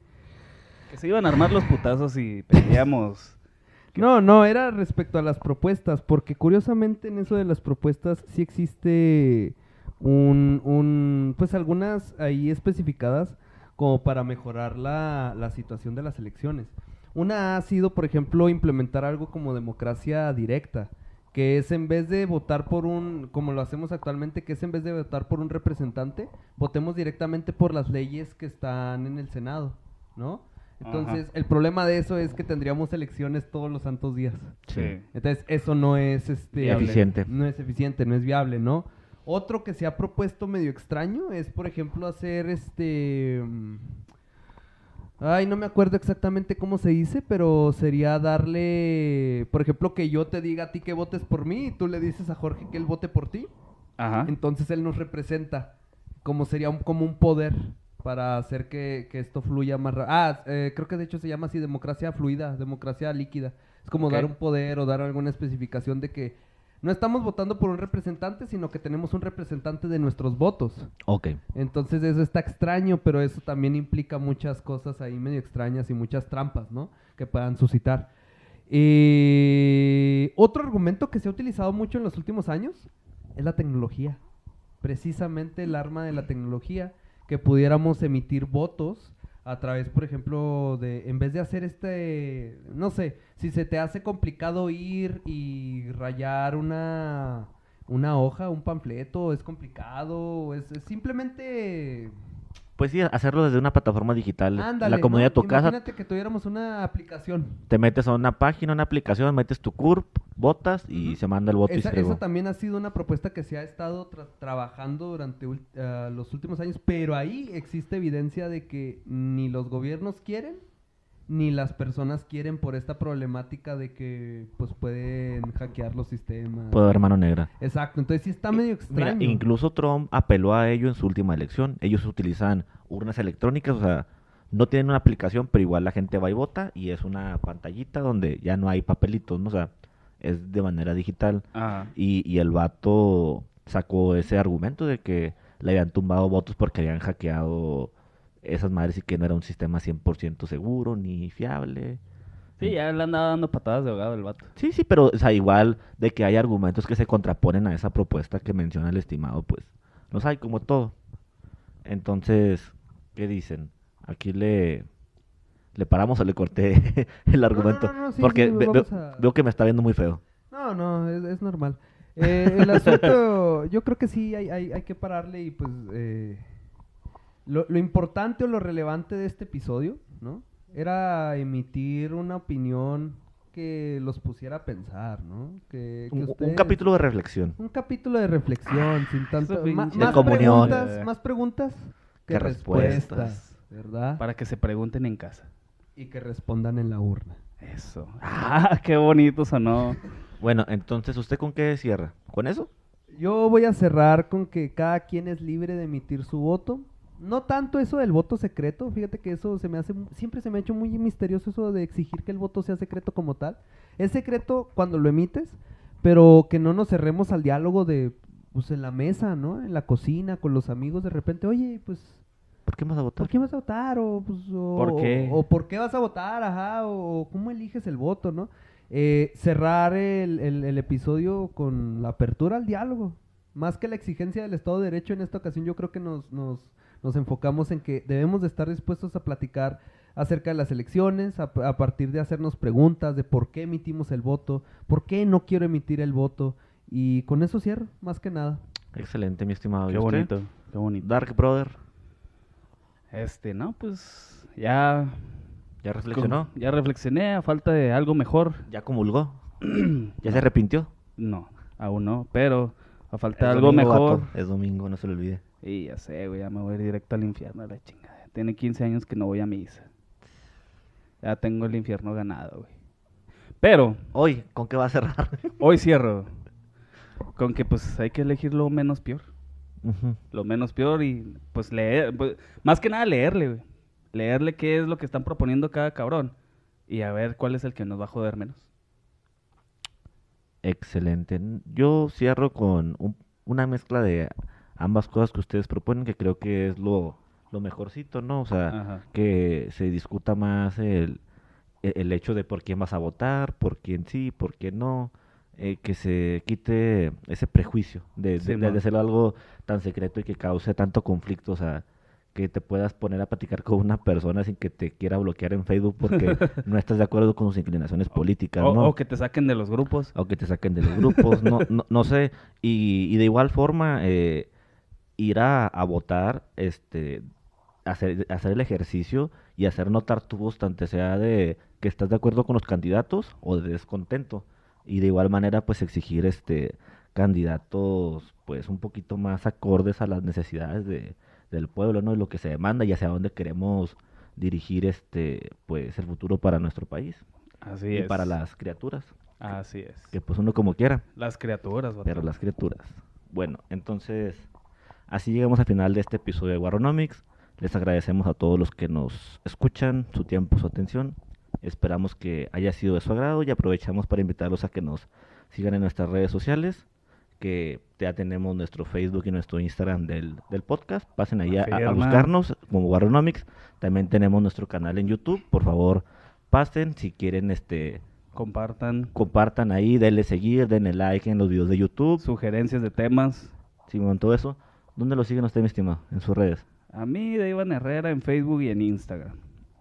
Speaker 3: Que se iban a armar los putazos y peleamos.
Speaker 2: No, no, era respecto a las propuestas, porque curiosamente en eso de las propuestas sí existe un, un pues algunas ahí especificadas como para mejorar la, la situación de las elecciones. Una ha sido, por ejemplo, implementar algo como democracia directa, que es en vez de votar por un, como lo hacemos actualmente, que es en vez de votar por un representante, votemos directamente por las leyes que están en el Senado, ¿no? Entonces,
Speaker 3: Ajá.
Speaker 2: el problema de eso es que tendríamos elecciones todos los santos días.
Speaker 3: Sí.
Speaker 2: Entonces, eso no es este,
Speaker 3: Viable.
Speaker 1: Eficiente.
Speaker 2: No es eficiente, no es viable, ¿no? Otro que se ha propuesto medio extraño es, por ejemplo, hacer este... mm, Ay, no me acuerdo exactamente cómo se dice, pero sería darle, por ejemplo, que yo te diga a ti que votes por mí y tú le dices a Jorge que él vote por ti.
Speaker 3: Ajá.
Speaker 2: Entonces él nos representa como sería un, como un poder para hacer que, que esto fluya más rápido. Ah, eh, creo que de hecho se llama así democracia fluida, democracia líquida. Es como
Speaker 3: Ok.
Speaker 2: dar un poder o dar alguna especificación de que no estamos votando por un representante, sino que tenemos un representante de nuestros votos.
Speaker 1: Ok.
Speaker 2: Entonces eso está extraño, pero eso también implica muchas cosas ahí medio extrañas y muchas trampas, ¿no? Que puedan suscitar. Eh, otro argumento que se ha utilizado mucho en los últimos años es la tecnología. Precisamente el arma de la tecnología, que pudiéramos emitir votos a través, por ejemplo, de, en vez de hacer este, no sé, si se te hace complicado ir y rayar una, una hoja, un panfleto, es complicado, es, es simplemente...
Speaker 1: Pues sí, hacerlo desde una plataforma digital. en
Speaker 2: Ándale,
Speaker 1: la comodidad de
Speaker 2: ¿no?
Speaker 1: tu casa,
Speaker 2: Imagínate que tuviéramos una aplicación.
Speaker 1: te metes a una página, una aplicación, metes tu CURP, votas y
Speaker 2: Ujú.
Speaker 1: se manda el voto y
Speaker 2: Esa,
Speaker 1: se llegó.
Speaker 2: esa también ha sido una propuesta que se ha estado tra- trabajando durante ul- ah, los últimos años, pero ahí existe evidencia de que ni los gobiernos quieren, ni las personas quieren por esta problemática de que pues pueden hackear los sistemas.
Speaker 1: Puede haber mano negra.
Speaker 2: Exacto, entonces sí está medio extraño.
Speaker 1: Mira, incluso Trump apeló a ello en su última elección. Ellos utilizan urnas electrónicas, o sea, no tienen una aplicación, pero igual la gente va y vota y es una pantallita donde ya no hay papelitos, ¿no? o sea, es de manera digital.
Speaker 3: Ajá.
Speaker 1: Y, y el vato sacó ese argumento de que le habían tumbado votos porque habían hackeado esas madres y que no era un sistema 100% seguro ni fiable.
Speaker 3: Sí, ya le andaba dando patadas de ahogado el vato.
Speaker 1: Sí, sí, pero o sea, igual de que hay argumentos que se contraponen a esa propuesta que menciona el estimado, pues los hay como todo. Entonces, ¿qué dicen? Aquí le, le paramos o le corté [laughs] el argumento.
Speaker 2: no, no, sí,
Speaker 1: porque
Speaker 2: sí,
Speaker 1: ve-
Speaker 2: vamos
Speaker 1: veo-
Speaker 2: a-
Speaker 1: veo que me está viendo muy feo.
Speaker 2: No, no, es, es normal. Eh, el
Speaker 1: [laughs]
Speaker 2: asunto, yo creo que sí hay, hay, hay que pararle y pues eh, lo, lo importante o lo relevante de este episodio, ¿no? Era emitir una opinión que los pusiera a pensar, ¿no? Que, que
Speaker 1: Un- Un,
Speaker 2: ustedes-
Speaker 1: capítulo Ah, de reflexión.
Speaker 2: Un capítulo de reflexión, sin tanto...
Speaker 3: pinche-
Speaker 2: ma-
Speaker 3: De
Speaker 2: más
Speaker 1: comunión.
Speaker 2: Preguntas, más preguntas que,
Speaker 1: Que
Speaker 2: respuestas,
Speaker 1: respuestas.
Speaker 2: ¿verdad?
Speaker 3: Para que se pregunten en casa.
Speaker 2: Y que respondan en la urna.
Speaker 3: Eso. Ah, qué bonito sonó.
Speaker 1: Bueno, entonces, ¿usted con qué cierra? ¿Con eso?
Speaker 2: Yo voy a cerrar con que cada quien es libre de emitir su voto. No tanto eso del voto secreto, fíjate que eso se me hace, siempre se me ha hecho muy misterioso eso de exigir que el voto sea secreto como tal. Es secreto cuando lo emites, pero que no nos cerremos al diálogo de, pues en la mesa, ¿no? En la cocina, con los amigos, de repente, oye, pues,
Speaker 1: ¿Por qué vamos a votar?
Speaker 2: ¿por qué vas a votar? O, pues, o-
Speaker 3: ¿Por qué?
Speaker 2: o ¿por qué vas a votar? Ajá, o ¿cómo eliges el voto, no? Eh, cerrar el, el- el episodio con la apertura al diálogo. Más que la exigencia del Estado de Derecho, en esta ocasión yo creo que nos, nos, nos enfocamos en que debemos de estar dispuestos a platicar acerca de las elecciones, a, a partir de hacernos preguntas de por qué emitimos el voto, por qué no quiero emitir el voto. Y con eso cierro, más que nada.
Speaker 1: Excelente, mi estimado. ¿Y
Speaker 3: Qué
Speaker 1: usted?
Speaker 3: bonito. Qué bonito.
Speaker 1: Dark Brother,
Speaker 3: Este, no, pues ya.
Speaker 1: ¿ya reflexionó?
Speaker 3: con- ya reflexioné a falta de algo mejor.
Speaker 1: ¿Ya
Speaker 3: [clears throat]
Speaker 1: comulgó? ¿Ya se arrepintió?
Speaker 3: No, aún no, pero a falta de
Speaker 1: Es
Speaker 3: algo
Speaker 1: domingo,
Speaker 3: mejor.
Speaker 1: vato, Es domingo, no se lo olvide.
Speaker 3: Y ya sé, güey, ya me voy a ir directo al infierno, la chingada. Tiene 15 años que no voy a misa. Ya tengo el infierno ganado, güey. Pero,
Speaker 1: Hoy, ¿con qué va a cerrar? [laughs]
Speaker 3: hoy cierro. Con que pues hay que elegir lo menos peor.
Speaker 1: Ujú.
Speaker 3: Lo menos peor y pues leer, pues, más que nada leerle, güey. Leerle qué es lo que están proponiendo cada cabrón. Y a ver cuál es el que nos va a joder menos.
Speaker 1: Excelente. N- Yo cierro con un- una mezcla de ambas cosas que ustedes proponen, que creo que es lo, lo mejorcito, ¿no? O sea,
Speaker 3: Ajá.
Speaker 1: que se discuta más el, e- el hecho de por quién vas a votar, por quién sí, por quién no, eh, que se quite ese prejuicio de, de, de-
Speaker 3: Simón.
Speaker 1: de ser algo tan secreto y que cause tanto conflicto, o sea, que te puedas poner a platicar con una persona sin que te quiera bloquear en Facebook
Speaker 3: [laughs]
Speaker 1: porque no estás de acuerdo con sus inclinaciones políticas,
Speaker 3: O,
Speaker 1: ¿no?
Speaker 3: o que te saquen de los grupos.
Speaker 1: o que te saquen de los grupos,
Speaker 3: [laughs]
Speaker 1: no, no, no sé. Y, y de igual forma, eh, ir a, a votar, este, hacer, hacer el ejercicio y hacer notar tu voz, tanto sea de que estás de acuerdo con los candidatos o de descontento. Y de igual manera, pues exigir este candidatos pues un poquito más acordes a las necesidades de, del pueblo, ¿no? Y lo que se demanda y hacia dónde queremos dirigir este pues el futuro para nuestro país
Speaker 3: Así
Speaker 1: y
Speaker 3: es.
Speaker 1: para las criaturas,
Speaker 3: Así es.
Speaker 1: que pues uno como quiera.
Speaker 3: Las criaturas, vato.
Speaker 1: Pero las criaturas. Bueno, entonces, así llegamos al final de este episodio de Warronomics. Les agradecemos a todos los que nos escuchan, su tiempo, su atención. Esperamos que haya sido de su agrado y aprovechamos para invitarlos a que nos sigan en nuestras redes sociales, que ya tenemos nuestro Facebook y nuestro Instagram del, del podcast. Pasen ahí a, a- a
Speaker 3: Afirma.
Speaker 1: buscarnos como Warronomics. También tenemos nuestro canal en YouTube. Por favor, pasen si quieren este
Speaker 3: Compartan
Speaker 1: compartan ahí, denle seguir, denle like en los videos de YouTube,
Speaker 3: sugerencias de temas.
Speaker 1: Simón, todo eso. ¿Dónde lo siguen usted, mi estimado? En sus redes.
Speaker 3: A mí, de Iván Herrera, en Facebook y en Instagram.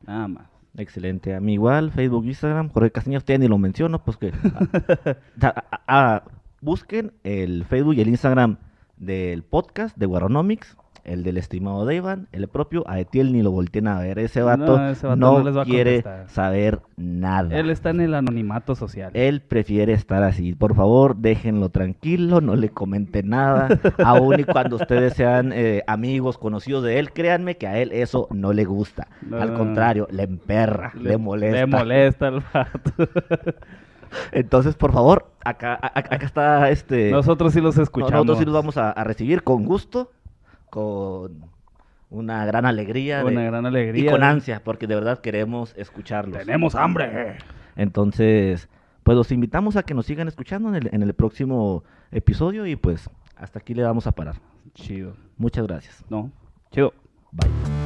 Speaker 3: Nada más.
Speaker 1: Excelente. A mí igual, Facebook, Instagram. Jorge Castaña, usted ni lo menciono, pues
Speaker 3: [laughs]
Speaker 1: que... Ah, ah, ah, busquen el Facebook y el Instagram del podcast de Guaronomics, el del estimado Devan, el propio. A Etiel ni lo volteen a ver. Ese vato no,
Speaker 3: No, ese vato no les va a
Speaker 1: quiere
Speaker 3: contestar.
Speaker 1: saber nada.
Speaker 3: Él está en el anonimato social.
Speaker 1: Él prefiere estar así. Por favor, déjenlo tranquilo, no le comenten nada. Aún y cuando ustedes sean eh, amigos, conocidos de él, créanme que a él eso no le gusta.
Speaker 3: No, no,
Speaker 1: Al
Speaker 3: no.
Speaker 1: contrario, le emperra, le, molesta.
Speaker 3: Ah, Le molesta el vato.
Speaker 1: Entonces, por favor, acá, a- a- acá está este.
Speaker 3: Nosotros sí los escuchamos.
Speaker 1: nosotros sí los vamos a, a recibir con gusto, con una gran alegría.
Speaker 3: Una
Speaker 1: de-
Speaker 3: gran alegría.
Speaker 1: Y con ansia, porque de verdad queremos escucharlos.
Speaker 3: Tenemos hambre.
Speaker 1: Entonces, pues los invitamos a que nos sigan escuchando en el, en el próximo episodio y pues hasta aquí le vamos a parar.
Speaker 3: Chido.
Speaker 1: Muchas gracias.
Speaker 3: No, chido.
Speaker 1: Bye.